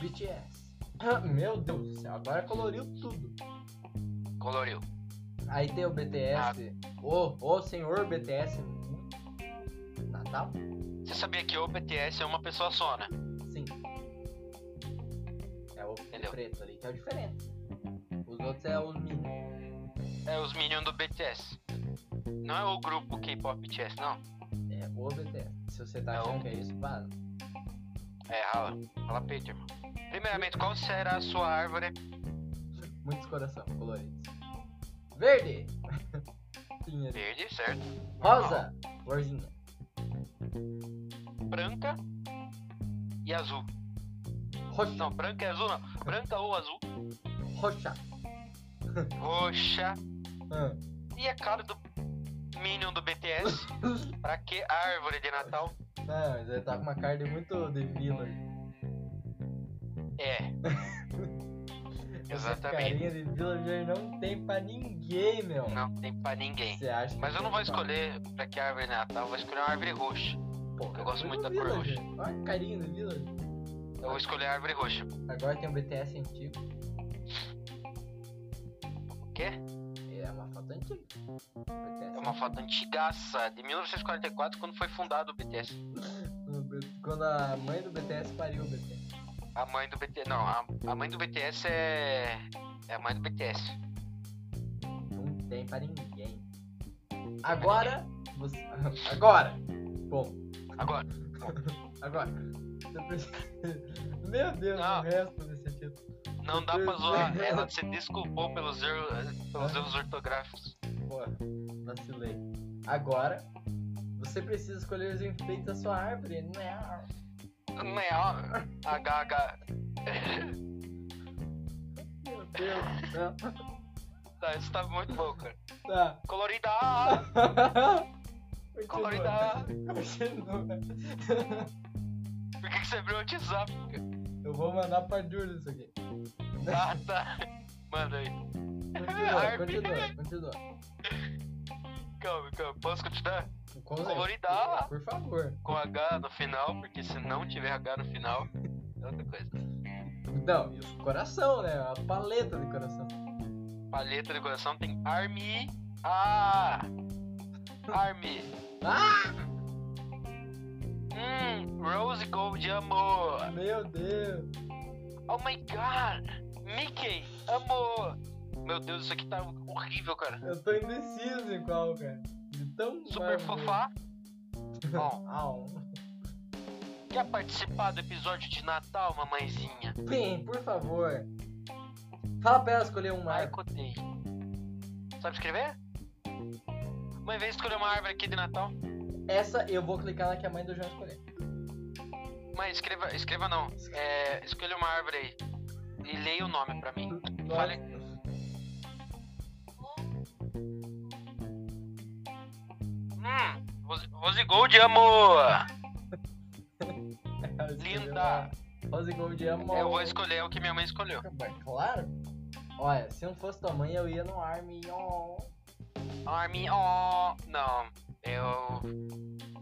BTS. Ah, Meu Deus do céu, agora coloriu tudo.
Coloriu.
Aí tem o BTS.
Ah.
O, o senhor BTS. Natal?
Você sabia que o BTS é uma pessoa só, né?
Sim. É o
Entendeu?
preto ali, que é o diferente. Os outros é os mini.
É os Minions do BTS. Não é o grupo K-pop BTS, não.
É o BTS. Se você tá
É o-
achando que é isso, vaza.
É, rala. Rala peito, irmão. Primeiramente, qual será a sua árvore?
Muitos coração coloridos. Verde! Sim, ali.
Verde, certo.
Rosa! Florzinha.
Branca e azul.
Roxa.
Não, branca e azul não. Branca ou azul.
Roxa.
Roxa.
Ah,
E a cara do Minion do BTS? pra que árvore de Natal?
Não, mas ele tá com uma carne muito de Village.
É.
Essa
Exatamente.
carinha de Villager não tem pra ninguém, meu.
Não tem pra ninguém.
Você acha que
Mas eu não
tem
vou
pra-
escolher pra que árvore de Natal, eu vou escolher uma árvore roxa.
Pô, é
eu gosto muito
do
da cor
Villager. Olha a carinha do Villager.
Eu vou escolher a árvore roxa.
Agora tem um o BTS antigo.
O quê?
É uma foto antiga. BTS.
É uma foto antigaça, de 1944, quando foi fundado o BTS.
Quando a mãe do BTS pariu o BTS.
A mãe do BTS. Não, a, a mãe do BTS é. É a mãe do BTS.
Não tem pra ninguém. Agora. Você... Agora! Bom,
Agora,
agora. Eu preciso- Meu Deus,
Não.
o resto desse título.
não dá pra zoar. Ela se desculpou pelos erros, pelos erros ortográficos.
Porra, vacilei. Agora. Você precisa escolher os enfeites da sua árvore, né?
Não é, ó. HH.
Meu Deus do céu.
Tá, isso tá muito bom, cara.
Tá.
Colorida! ah, A,
Continua.
Colorida! A.
Continua.
Por que que você abriu o WhatsApp? cara?
Eu vou mandar pra Júlia isso aqui.
Ah, tá. Manda aí.
Continua,
Árvore.
continua, continua.
Calma, calma. Posso continuar?
Com-
Colorida.
Por favor.
Com H no final, porque se não tiver H no final, é outra coisa.
Não, e o coração, né? A paleta de coração.
paleta do coração tem Army. Ah! Army.
Ah!
Hum, Rose Gold, amor.
Meu Deus.
Oh my god. Mickey, amor. Meu Deus, isso aqui tá horrível, cara.
Eu tô indeciso em qual, cara. De tão
Super
barulho.
fofá. Bom,
Au.
quer participar do episódio de Natal, mamãezinha?
Bem, por favor. Fala pra ela escolher um
Ai,
marco.
cotei. Sabe escrever? Mãe, vem escolher uma árvore aqui de Natal.
Essa eu vou clicar na que a mãe do João escolher.
Mãe, escreva, escreva não. É, escolha uma árvore aí. E leia o nome pra mim. Fale. Hum, Rose- Rose Gold amor.
Ela escolheu
Linda.
a Rose Gold ama
Eu vou
o-
escolher o que minha mãe escolheu.
Claro. Olha, se não fosse tua mãe, eu ia no Armion.
Armin, oh, não. Eu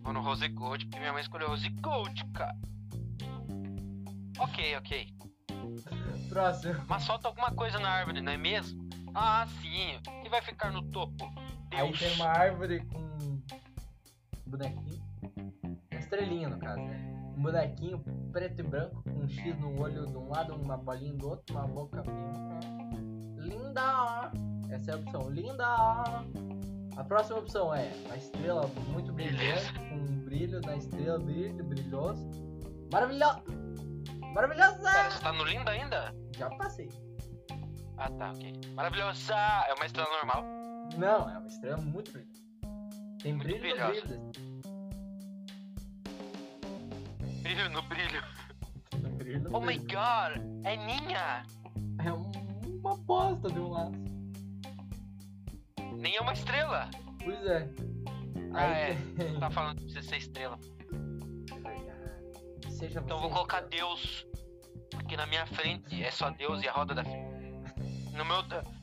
vou no Rose Gold, porque minha mãe escolheu Rose Gold, cara. Ok, ok.
Próximo.
Mas falta alguma coisa na árvore, não é mesmo? Ah, sim. O que vai ficar no topo?
Aí
Deus.
tem uma árvore com um bonequinho. Uma estrelinha, no caso, né? Um bonequinho preto e branco, com um X no olho de um lado, uma bolinha do outro, uma boca bem. Linda! Essa é a opção. Linda! A próxima opção é uma estrela muito brilhante,
Beleza.
com um brilho na estrela, brilho, brilhoso. Maravilhosa! Maravilhosa!
Pera, você tá no lindo ainda?
Já passei.
Ah, tá, ok. Maravilhosa! É uma estrela normal.
Não, é uma estrela muito brilhante. Tem
Muito
brilho no
brilhosa.
brilho. desse-
Brilho no brilho.
no brilho no
Oh my
brilho.
god! É Ninha!
É um- uma bosta de um lado.
Nem é uma estrela.
Pois é.
Ah,
Aí
é.
tem-
Tá falando que precisa ser estrela.
Seja
Então eu
você
vou colocar
estrela.
Deus. Porque na minha frente é só Deus e a roda da frente. No meu. da-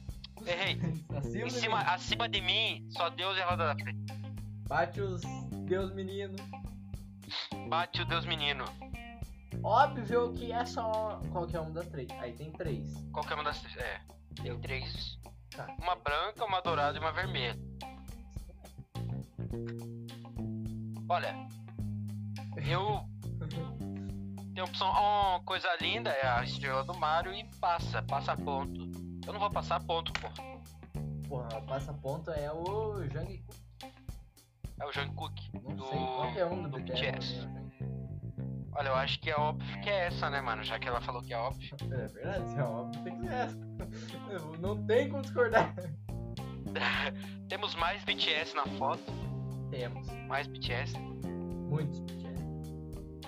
Errei.
Acima
Em
de
cima,
mim.
acima de mim, só Deus e a roda da frente.
Bate os Deus menino.
Bate o Deus menino.
Óbvio que é só qualquer um das três. Aí tem três.
Qualquer uma das três. É. Tem três.
Tá.
Uma branca, uma dourada e uma vermelha. Olha. Eu. Tem a opção. Oh, coisa linda, é a estrela do Mario e passa, passa ponto. Eu não vou passar ponto, pô.
Porra, o passaponto é o Jang.
É o Jungkook.
Não
Do-
sei, qualquer um do,
do
BTS.
BTS. Olha, eu acho que é óbvio que é essa, né, mano? Já que ela falou que é óbvio.
É verdade, é óbvio tem que ser essa. Não tem como discordar.
Temos mais BTS na foto.
Temos
Mais BTS.
muitos BTS.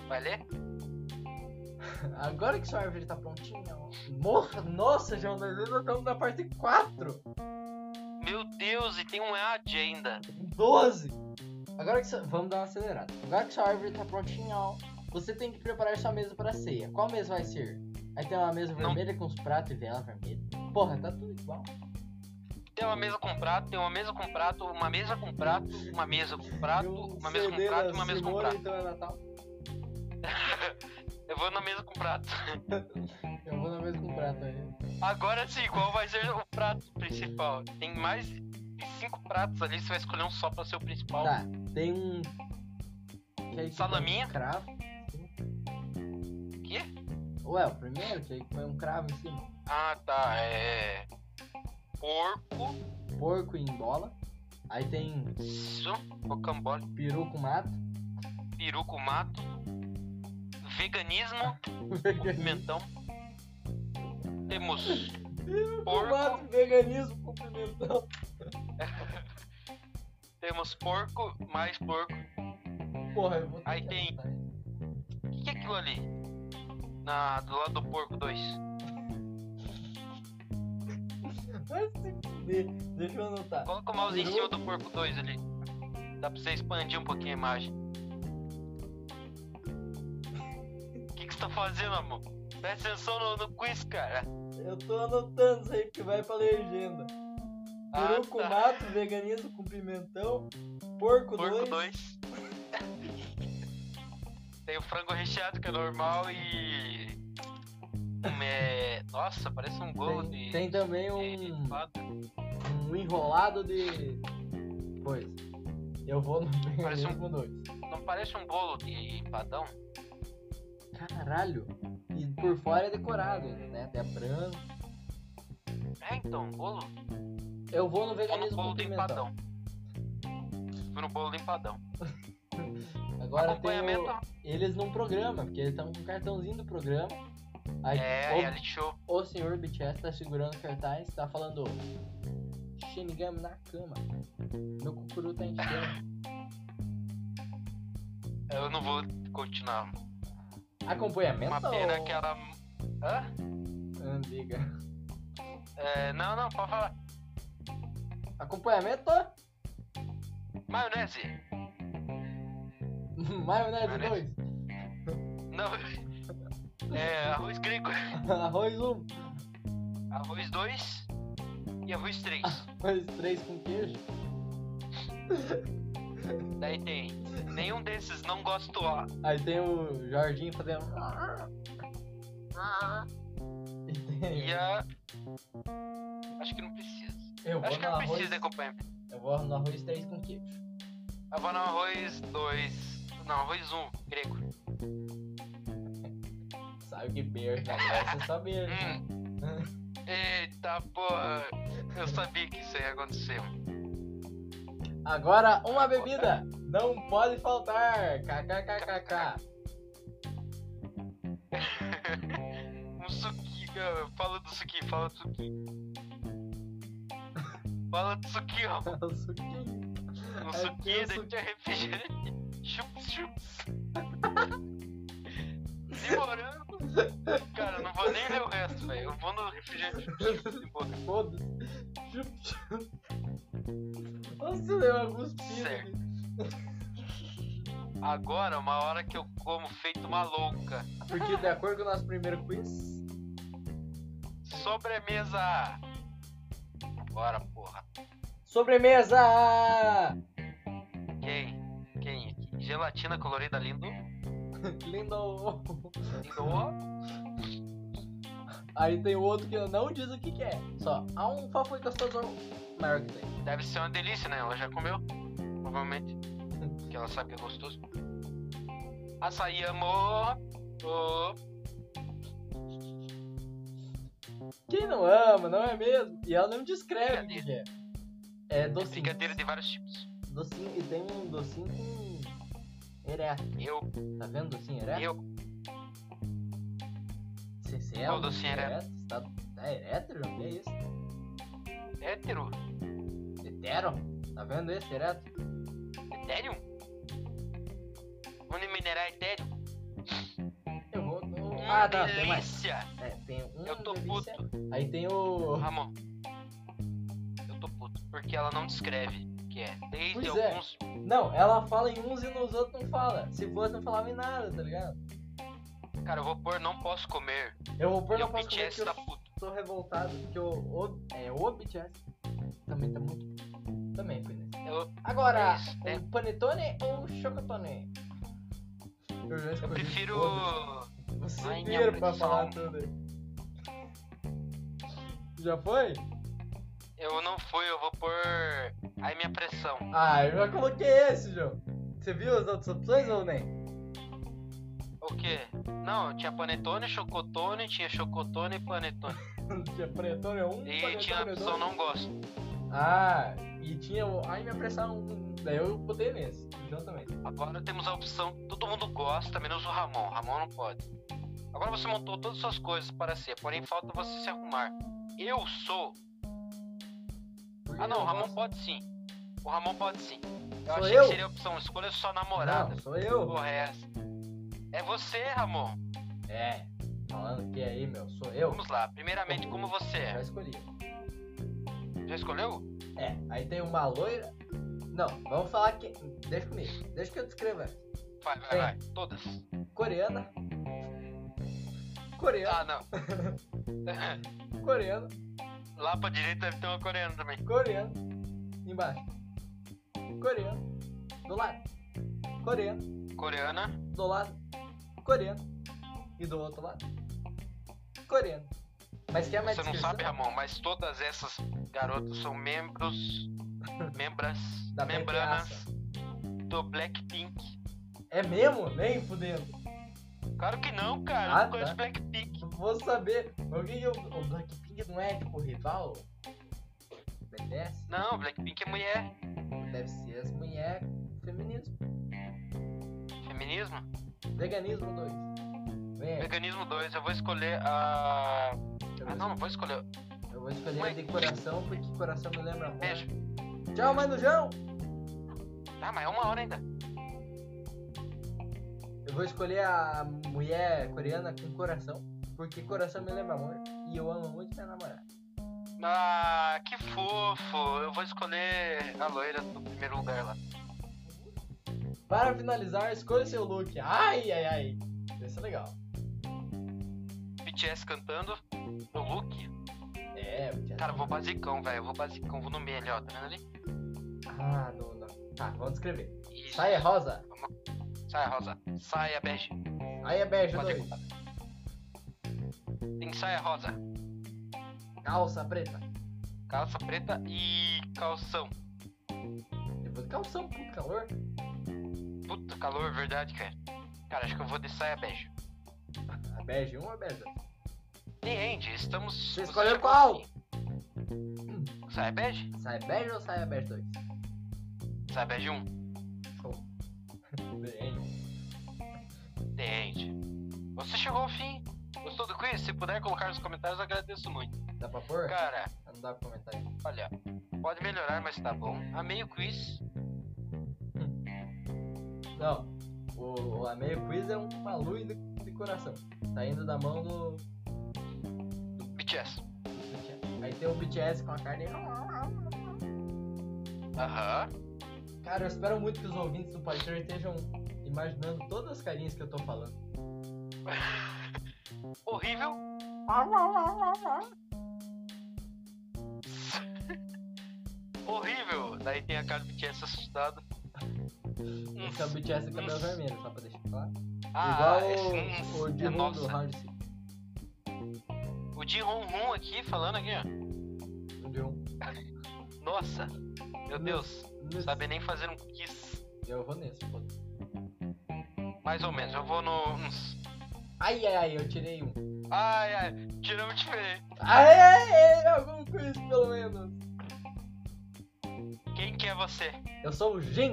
Vai ler?
Agora que sua árvore tá prontinha, ó. Morra, nossa, João, nós ainda estamos na parte 4,
Meu Deus, e tem um ad ainda.
12. Agora que sua... Vamos dar uma acelerada. Agora que sua árvore tá prontinha, ó, você tem que preparar sua mesa pra ceia. Qual mesa vai ser? Aí tem uma mesa
Não.
vermelha com os pratos e vela vermelha. Porra, tá tudo igual.
Tem uma mesa com prato, tem uma mesa com prato, uma mesa com prato, uma mesa com prato,
Eu
uma mesa com
CD
prato,
da
uma mesa com
Simone,
prato.
Então é Natal.
Eu vou na mesa com prato.
Eu vou na mesa com prato aí.
Agora sim, qual vai ser o prato principal? Tem mais de cinco pratos ali, você vai escolher um só pra ser o principal.
Tá, tem um... Que aí
Salaminha?
Um cravo.
Quê?
Ué, o primeiro que aí põe um cravo em cima.
Ah, tá, é. Porco,
Porco em bola. Aí tem
isso, rocambole.
peru com mato.
peru com mato, veganismo, com pimentão. Temos porco.
Mato, veganismo com pimentão.
temos porco, mais porco.
Porra, eu vou ter
Aí
que
tem-
anotar isso.
O que, que é aquilo ali? Na, do lado do porco 2.
Vai se fuder. Deixa eu anotar.
Coloca o mouse em
Peru.
cima do porco 2 ali. Dá pra você expandir um pouquinho a imagem. O que, que você tá fazendo, amor? Presta atenção no, no quiz, cara.
Eu tô anotando isso aí porque vai pra legenda. Peru
Ah,
com
tá.
mato, veganismo com pimentão. Porco
Porco
2.
2. Tem o frango recheado, que é normal, e. um, É... Nossa, parece um bolo
Tem,
de.
tem também
de
um,
fada.
um enrolado de coisa. Eu vou no
Parece um-
veganismo 2.
Não parece um bolo de empadão?
Caralho. E por fora é decorado, né? Até branco.
É, então, bolo.
Eu um vou no
Ou no
veganismo
bolo
com
de
pimentão.
empadão. Foi no bolo de empadão.
Agora tem
Acompanhamento.
o, eles não programam, porque eles estão com o cartãozinho do programa. Aí
É,
o-
reality show.
o, senhor BTS tá segurando o cartaz, tá falando Shinigami na cama. Meu cucuru tá enchendo.
Eu não vou continuar.
Acompanhamento
Uma pena
ou-
que ela. Hã?
Ah, diga.
É, não, não, pode falar.
Acompanhamento?
Maionese.
Maionese
Maionese.
2.
Não. É, arroz grego.
Arroz 1.
Arroz 2 e arroz 3.
Arroz 3 com queijo.
Daí tem. Nenhum desses não gosto. ó.
Aí tem o Jorginho fazendo. "Ah." E tem-
E a. Acho que não precisa.
Eu vou
Acho que
no
não
arroz.
precisa de acompanhamento.
Eu vou no arroz 3 com queijo.
Eu vou no arroz 2. Não, arroz 1, um, grego.
Sabe que beijo na graça é só beijo.
Hum. Eita porra. Eu sabia que isso ia acontecer.
Agora, uma bebida. Não pode faltar. KKKKK.
Um suquinho. cara. Fala do suquinho, fala do suquinho. Fala do suquinho, ó.
O suquinho. Aí
Um
tem
suquinho,
o
daí
suquinho.
tinha refrigerante. Chups, chups. De morango. Cara, eu não vou nem ler o resto, velho. Eu vou no refrigerante chups, chups de morango.
Foda-se. Chup, chup. Nossa, deu alguns
Certo.
pisos.
Agora, uma hora que eu como feito uma louca.
Porque de acordo com o nosso primeiro quiz,
Sobremesa. Bora, porra.
sobremesa!
Quem? Quem aqui? Gelatina colorida lindo.
Lindo!
Lindo.
Aí tem outro que eu não diz o que, que é. Só há um favorito gostoso maior que tem.
Deve ser uma delícia, né? Ela já comeu. Provavelmente. Porque ela sabe que é gostoso. Açaí, amor. Ô,
Quem não ama, não é mesmo? E ela não descreve o que, que é. É docinho.
Brigadeiro de vários tipos.
Docinho, e tem um docinho com. Ereto.
Eu,
Tá vendo docinho ereto?
eu.
CCL?
Qual docinho ereto?
Você Tá, tá ereto, João? Que é isso?
Hétero?
Hetero? Tá vendo esse ereto?
Etéreo? Vamos minerar etéreo?
Eu vou. no- Ah, tá, tem mais.
Hum, delícia!
É, tem um.
Eu tô
delícia.
puto,
Aí tem o.
Ramon. Eu tô puto, porque ela não descreve o que é. Desde
Pois é.
alguns.
Não, ela fala em uns e nos outros não fala. Se fosse, não falava em nada, tá ligado?
Cara, eu vou pôr não posso comer.
Eu vou pôr
e
na
o
pauta também
BTS
porque
tá
eu
puto.
tô revoltado, porque o, o, é, o BTS também tá muito. Também, foi nesse.
Eu,
Agora,
É isso, né?
o Panetone ou o Chocotone? Eu já
eu
escolhi
prefiro.
todos. Você
Ai, minha
inteiro pra
pressão.
falar tudo. Já foi?
Eu não fui, eu vou pôr. Aí minha pressão.
Ah, eu já coloquei esse, João. Você viu as outras opções ou nem?
O quê? Não, tinha panetone, chocotone, tinha chocotone e panetone.
tinha Panetone 1,
E
Panetone
tinha a opção
2.
não gosto.
Ah, e tinha o. Ai, minha pressão. um, Daí eu botei nesse. João também.
Agora temos a opção que todo mundo gosta, menos o Ramon. Ramon não pode. Agora você montou todas as suas coisas para ser, porém falta você se arrumar. Eu sou.
Porque
Ah não,
eu
o Ramon
gosto-
pode sim. O Ramon pode sim. Eu
Sou
achei
eu?
que seria a opção, escolha sua namorada.
Não, sou eu.
Porra, é essa. É você, Ramon.
É, falando que aí, meu, sou eu.
Vamos lá. Primeiramente, como você
Já
é?
escolhi.
Já escolheu?
É, aí tem uma loira. Não, vamos falar que. Deixa comigo, deixa que eu descreva.
Vai, vai,
Sim.
vai. Todas.
Coreana. Coreana,
Ah, não. Tá.
coreana,
Lá pra direita deve ter uma coreana também.
coreana. Embaixo. Coreana. Do lado. Coreana.
Coreana.
Do lado. Coreana. E do outro lado. Coreana. Mas quer É mais né?
Você não
descrição?
sabe, Ramon, mas todas essas garotas são membros, membras,
Da
membranas do Blackpink.
É mesmo? Nem fudendo.
Claro que não, cara.
Ah,
eu não conheço
tá.
Blackpink.
Vou saber. Alguém que o Blackpink não é tipo rival? BTS?
Não, Blackpink é mulher.
Deve ser as mulheres. Feminismo.
Feminismo.
Veganismo 2. Vem aí.
Veganismo 2, eu vou escolher a.
eu
Ah,
vou-
não, não vou escolher.
Eu vou escolher a
Mas-
de coração porque coração me lembra amor.
Beijo.
Tchau, mãe do João.
Tá, mas é uma hora ainda.
Eu vou escolher a mulher coreana com coração, porque coração me lembra amor e eu amo muito minha namorada.
Ah, que fofo. Eu vou escolher a loira do primeiro lugar lá.
Para finalizar, escolha seu look. Ai, ai, ai. Isso é legal.
BTS cantando. O look.
É, BTS.
Cara, eu vou basicão, velho. Eu vou basicão. Vou no meio ali, ó. Tá vendo ali?
Ah, não, não. Tá, vamos descrever.
Isso.
Saia rosa.
Saia rosa. Saia bege.
Aí é bege
Pode
2.
Tem saia rosa.
Calça preta.
Calça preta e calção.
Depois calção, puto um calor.
Puta calor, verdade, cara. Cara, acho que eu vou de saia bege.
A Ah, bege 1 ou a bege 2?
Entende? Estamos. Você
escolheu
chegou
qual?
ao fim. Saia bege?
Saia bege ou saia bege 2?
Saia bege 1.
Show. Bem.
Entende? Você chegou ao fim. Gostou do quiz? Se puder colocar nos comentários, eu agradeço muito.
Dá pra pôr?
Cara,
Não dá pra comentar aí.
olha, pode melhorar, mas tá bom. Amei o quiz.
Não. O, o Amei Quiz é uma luz de, de coração. Saindo da mão do.
BTS.
do BTS. Aí tem o BTS com a carne.
Aham.
Cara, eu espero muito que os ouvintes do Podcaster estejam imaginando todas as carinhas que eu tô falando.
Horrível. Horrível. Daí tem a cara do BTS assustado.
Esse é o BTS de cabelo vermelho, só pra deixar claro.
Ah,
Igual
esse-
o, o
é
Jimon do
nossa.
Round Six.
O Jin Hong Hong aqui falando aqui, ó.
O Jimon.
Nossa. Meu
Nossa.
Deus.
Nesse-
Sabe nem fazer um quiz.
Eu vou nesse, pô.
Mais ou menos. Eu vou no. uns-
Ai, ai, ai, eu tirei um.
Ai, ai. um Tiramos diferente.
Aê, algum quiz pelo menos.
Quem que é você?
Eu sou o Jin,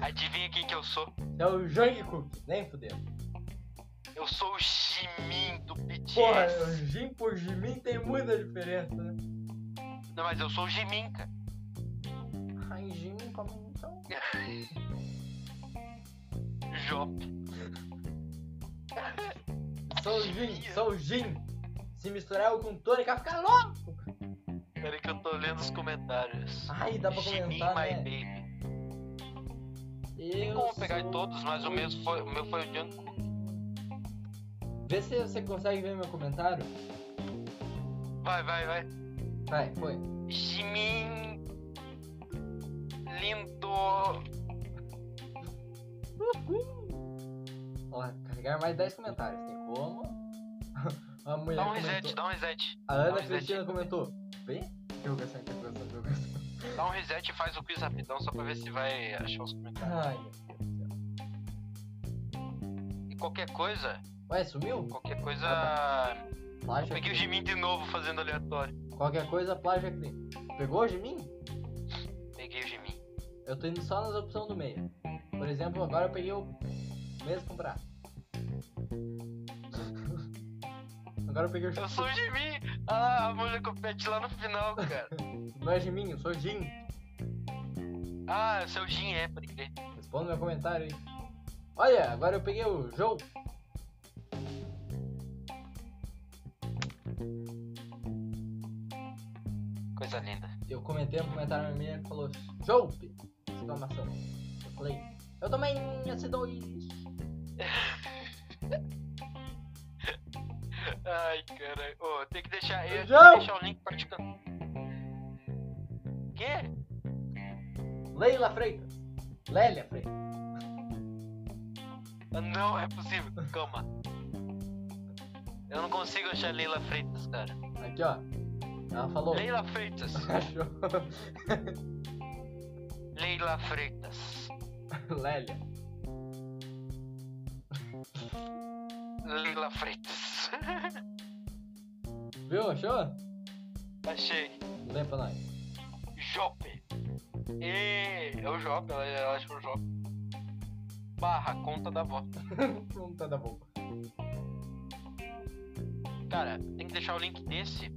Adivinha quem que eu sou?
é o Jungkook, nem fudeu.
Eu sou o Jimin do BTS.
Porra, o Jim por Jimin tem muita diferença, né?
Não, mas eu sou o Jimin, cara.
Ai, Jimin pra
é
mim, então.
Jop.
Sou o Jim, sou o Jim. Se misturar eu com o Tony, vai ficar louco.
Peraí que eu tô lendo os comentários.
Ai, Ah, dá pra
Jimin,
comentar,
my
né?
baby. Tem
Eu
como pegar
sou-
todos, mas o meu foi o, meu foi o Jungkook.
Vê se você consegue ver meu comentário.
Vai, vai, vai.
Vai, foi.
Jimin... Lindo...
Ó, carregar mais 10 comentários. Tem como? A mulher
Dá um
comentou-
reset, dá um reset.
A Ana
dá um reset.
Cristina comentou. Bem, interrogação, interrogação, interrogação.
Dá um reset e faz o quiz rapidão, só pra ver se vai achar os comentários.
Ai, meu Deus do céu.
E qualquer coisa,
Ué, sumiu?
qualquer coisa...
Plágio.
Peguei o Jimin de novo fazendo aleatório.
Qualquer coisa, plágio aqui. Pegou o Jimin?
Peguei o Jimin.
Eu tô indo só nas opções do meio. Por exemplo, agora eu peguei o mesmo braço. agora eu peguei o
Eu sou o Jimin! Ah, a mulher compete lá no final, cara.
Não é Jimin, eu sou Jim.
Ah, seu Jin é, pode crer.
Responda meu comentário aí. Olha, agora eu peguei o Joe.
Coisa linda.
Eu comentei um comentário minha que falou Jope! Exclamação. Eu falei, eu também S2.
Ai, cara. Ô, tem que deixar eu tenho
Não!
que deixar o link praticando. Quê?
Leila Freitas. Lélia Freitas.
Ah, Não é possível. Calma. Eu não consigo achar Leila Freitas, cara.
Aqui ó. Ela falou.
Leila Freitas.
Achou.
Leila Freitas.
Lélia.
Leila Freitas.
Viu? Achou?
Achei.
Lê pra nós.
Jope. E é o Jope, ela, ela achou o Jope. Barra, conta da avó.
Não tá da boca.
Cara, tem que deixar o link desse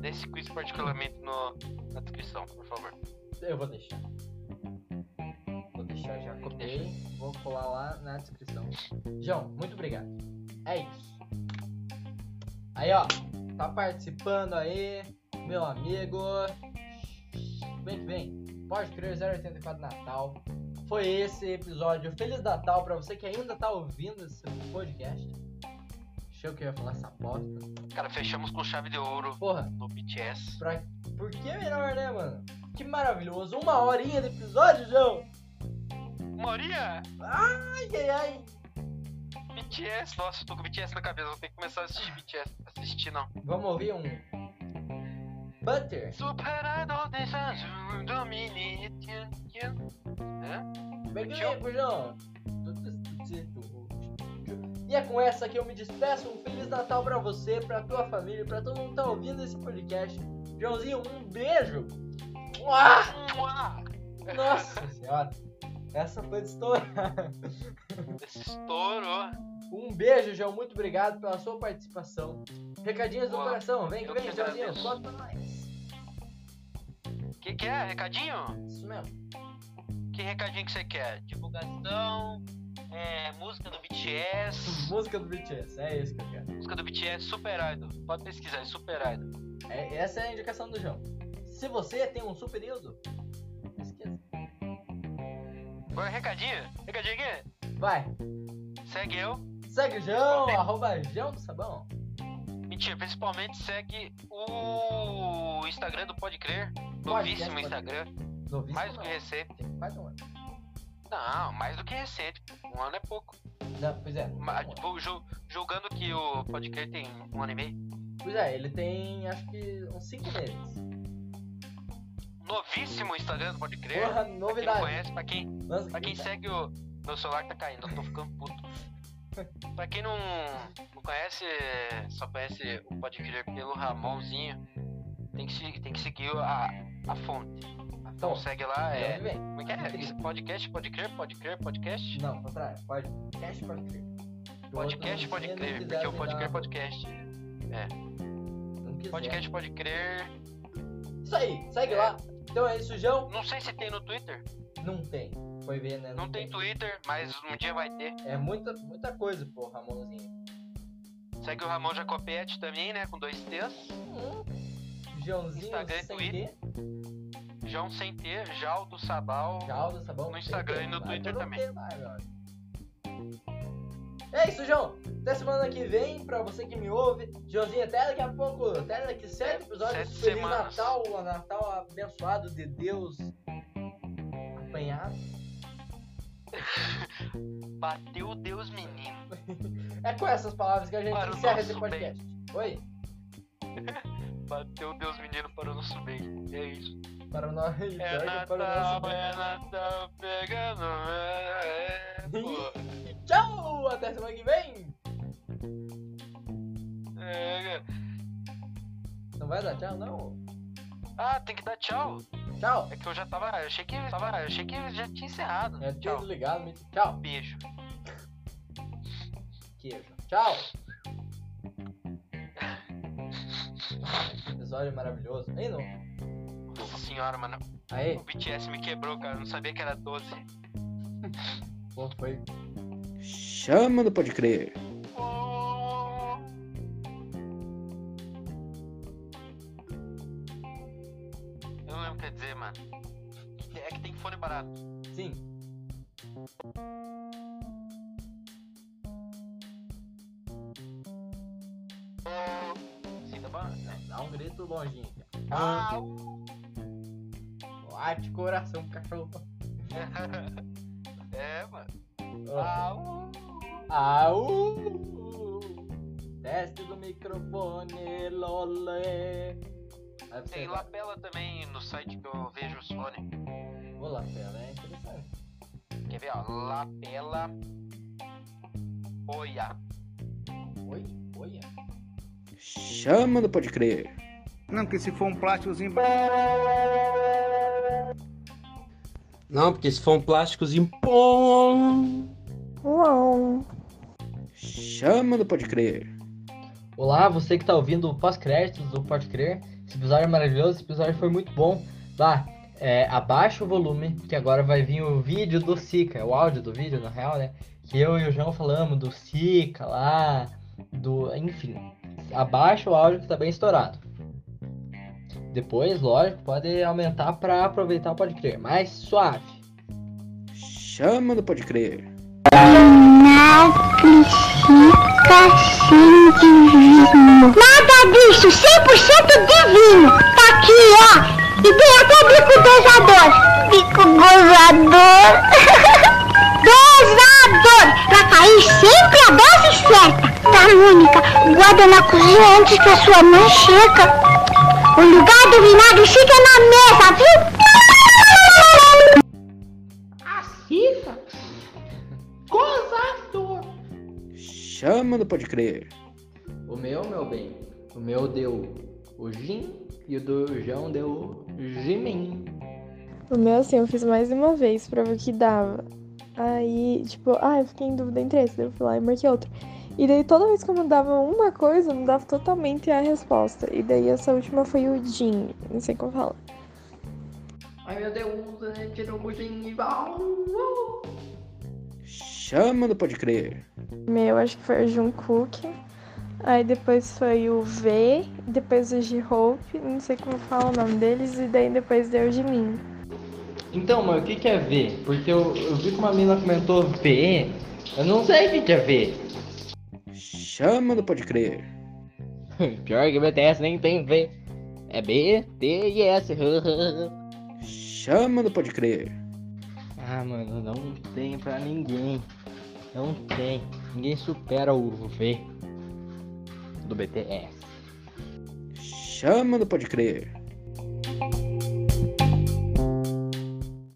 desse quiz particularmente no, na descrição, por favor.
Eu vou deixar. Vou deixar, já copiei. Vou colar lá na descrição. João, muito obrigado. É isso. Aí, ó. Tá participando aí, meu amigo. Bem que bem. Pode crer 084 Natal. Foi esse episódio. Feliz Natal pra você que ainda tá ouvindo esse podcast. Achei que eu ia falar essa bosta.
Cara, fechamos com chave de ouro
Porra,
no BTS.
pra... por que melhor, né, mano? Que maravilhoso. Uma horinha de episódio, João.
Maria!
Ai, ai, ai.
BTS! Nossa, eu tô com BTS na cabeça, vou ter que começar a assistir BTS. Assistir não.
Vamos ouvir um. Butter.
Superado desanjo, domine. tchan, tchan.
Bem
Tchau.
comigo, é João. E é com essa que eu me despeço. Um Feliz Natal pra você, pra tua família, pra todo mundo que tá ouvindo esse podcast. Joãozinho, um beijo. Uá!
Mua!
Nossa senhora. Essa foi de estourar.
Esse estouro.
Um beijo, João. Muito obrigado pela sua participação. Recadinhos do
Uau.
coração. Vem que
Eu
vem,
que
Joãozinho.
agradeço.
Conta mais.
Que que é? Recadinho?
Isso mesmo.
Que recadinho que você quer? Divulgação, é, música do BTS.
Música do BTS. É isso que eu quero.
Música do BTS, Super Idol. Pode pesquisar, é Super Idol.
É, essa é a indicação do João. Se você tem um super ídolo, não esqueça.
Agora, é recadinho? Recadinho aqui?
Vai,
Segue eu.
segue o João,
Bom,
arroba João do Sabão.
Mentira, principalmente segue o Instagram do Pode Crer. Novíssimo
Pode Crer,
Instagram.
Novíssimo
Mais do
não,
que recente.
tem quase um ano.
Não, mais do que recente. Um ano é pouco.
Não, pois é. tem um
Ma-
ano.
tipo, ju- julgando que o Pode Crer tem um ano e meio.
Pois é, ele tem acho que uns 5 meses.
Novíssimo Instagram do Pode Crer.
Porra,
pra quem não
novidade. então,
conhece, pra quem,
Nossa,
pra quem segue o. Meu celular tá caindo, eu tô ficando puto. pra quem não, não conhece, só conhece o Pode Crer pelo Ramonzinho, tem que, se- tem que seguir a, a fonte. Então
Então,
segue lá,
João
é.
que vem.
Como é que é? Esse Podcast, pode crer, pode crer, podcast.
Não, ao contrário. Pode. Podcast pode crer. Se o
Podcast,
outro
pode
não
crer,
quiser
porque o
me
pode
dar-
crer, é podcast.
não quiser.
Podcast, pode crer.
Isso aí, segue
É.
lá. Então é isso, João.
Não sei se tem no Twitter.
Não tem. Foi ver, né?
Não tem Twitter, mas um dia vai ter.
É muita, muita coisa, pô, Ramonzinho.
Segue o Ramon Jacopetti também, né? Com dois T's.
Hum. Joãozinho
Instagram e
sem quê?
Twitter. João um sem T, Jal do Sabal.
Calda, sabão.
No Instagram e no
tá Vai,
Twitter
todo
também.
mundo vai, meu amigo. É isso, João. Até semana que vem, pra você que me ouve. Joãozinho, até daqui a pouco. Até daqui sete episódios.
sete
Feliz
semanas.
Natal, um Natal abençoado de Deus. Apanhado.
Bateu Deus, menino.
É com essas palavras que a gente
Para o
encerra
nosso
esse podcast. Oi,
Bateu Deus, menino, para o nosso bem. É isso.
para o nosso.
É
para o nosso...
Natal, é Natal, pegando. É, é, pô.
Tchau, até semana que vem.
É,
Não vai dar tchau, não.
Ah, tem que dar tchau.
Tchau.
É que eu já tava. Eu achei que, tava, eu achei que já tinha encerrado.
É
Tchau.
tudo ligado, muito tchau.
Beijo.
Queijo. Tchau. Episódio maravilhoso. Aí não.
Nossa senhora, mano.
Aí,
O BTS me quebrou, cara. Eu não sabia que era 12.
pô, foi
Chama do Pode Crer.
Oh. Eu não lembro o que quer dizer, mano. É que tem fone barato.
Sim.
Sinta tá bom?
Dá um grito longinho. Ah,
Ah!
bate coração pro cachorro.
É, mano.
Ah.
Ah! uh.
Au! Teste do microfone, lolé. Aí você
Tem
vai.
lapela também no site que eu vejo os fones.
Ô, lapela, é interessante.
Quer ver, ó? Lapela. Oia.
Oi, é? olha.
Chama do Pode Crer.
Não, porque se for um plásticozinho
Não, porque se for um plásticozinho. Pom!
Chama do Pode Crer.
Olá, você que tá ouvindo o pós-créditos do Pode Crer. Esse episódio é maravilhoso, esse episódio foi muito bom. Vá, é, abaixa o volume, que agora vai vir o vídeo do Sica, É o áudio do vídeo, na real, né? Que eu e o João falamos do Sica lá, do. Enfim. Abaixa o áudio que tá bem estourado. Depois, lógico, pode aumentar pra aproveitar o Pode Crer, mais suave.
Chama no Pode Crer.
Nada disso, 100% divino. Tá aqui, ó. E tem até bico gozador. Bico gozador. Gozador. Pra cair sempre a dose certa. Tá única. Guarda na cozinha antes que a sua mãe checa. O lugar do vinagre fica na mesa, viu?
Cita? Gozador!
Chama no Pode Crer.
O meu, meu bem, o meu deu o Jim e o do João deu o Jimin.
O meu, assim, eu fiz mais de uma vez pra ver o que dava. Aí, tipo, ah, eu fiquei em dúvida entre esse, daí eu fui lá e marquei outro. E daí toda vez que eu mudava uma coisa, eu mudava totalmente a resposta. E daí essa última foi o Jin, não sei como fala.
Ai meu Deus, ele tirou o Jim e bal.
Chama no Pode Crer.
Meu, acho que foi o Jungkook. Aí depois foi o V, depois o J-Hope, não sei como fala o nome deles, e daí depois deu o Jimin.
Então, mas o que, que é V? Porque eu, eu vi que uma mina comentou V, eu não sei o que, que é V.
Chama no Pode Crer.
Pior que BTS nem tem V. É B, T e S.
Chama no Pode Crer.
ah, mano, não tem pra ninguém. Não tem. Ninguém supera o V do BTS.
Chama no Pode Crer.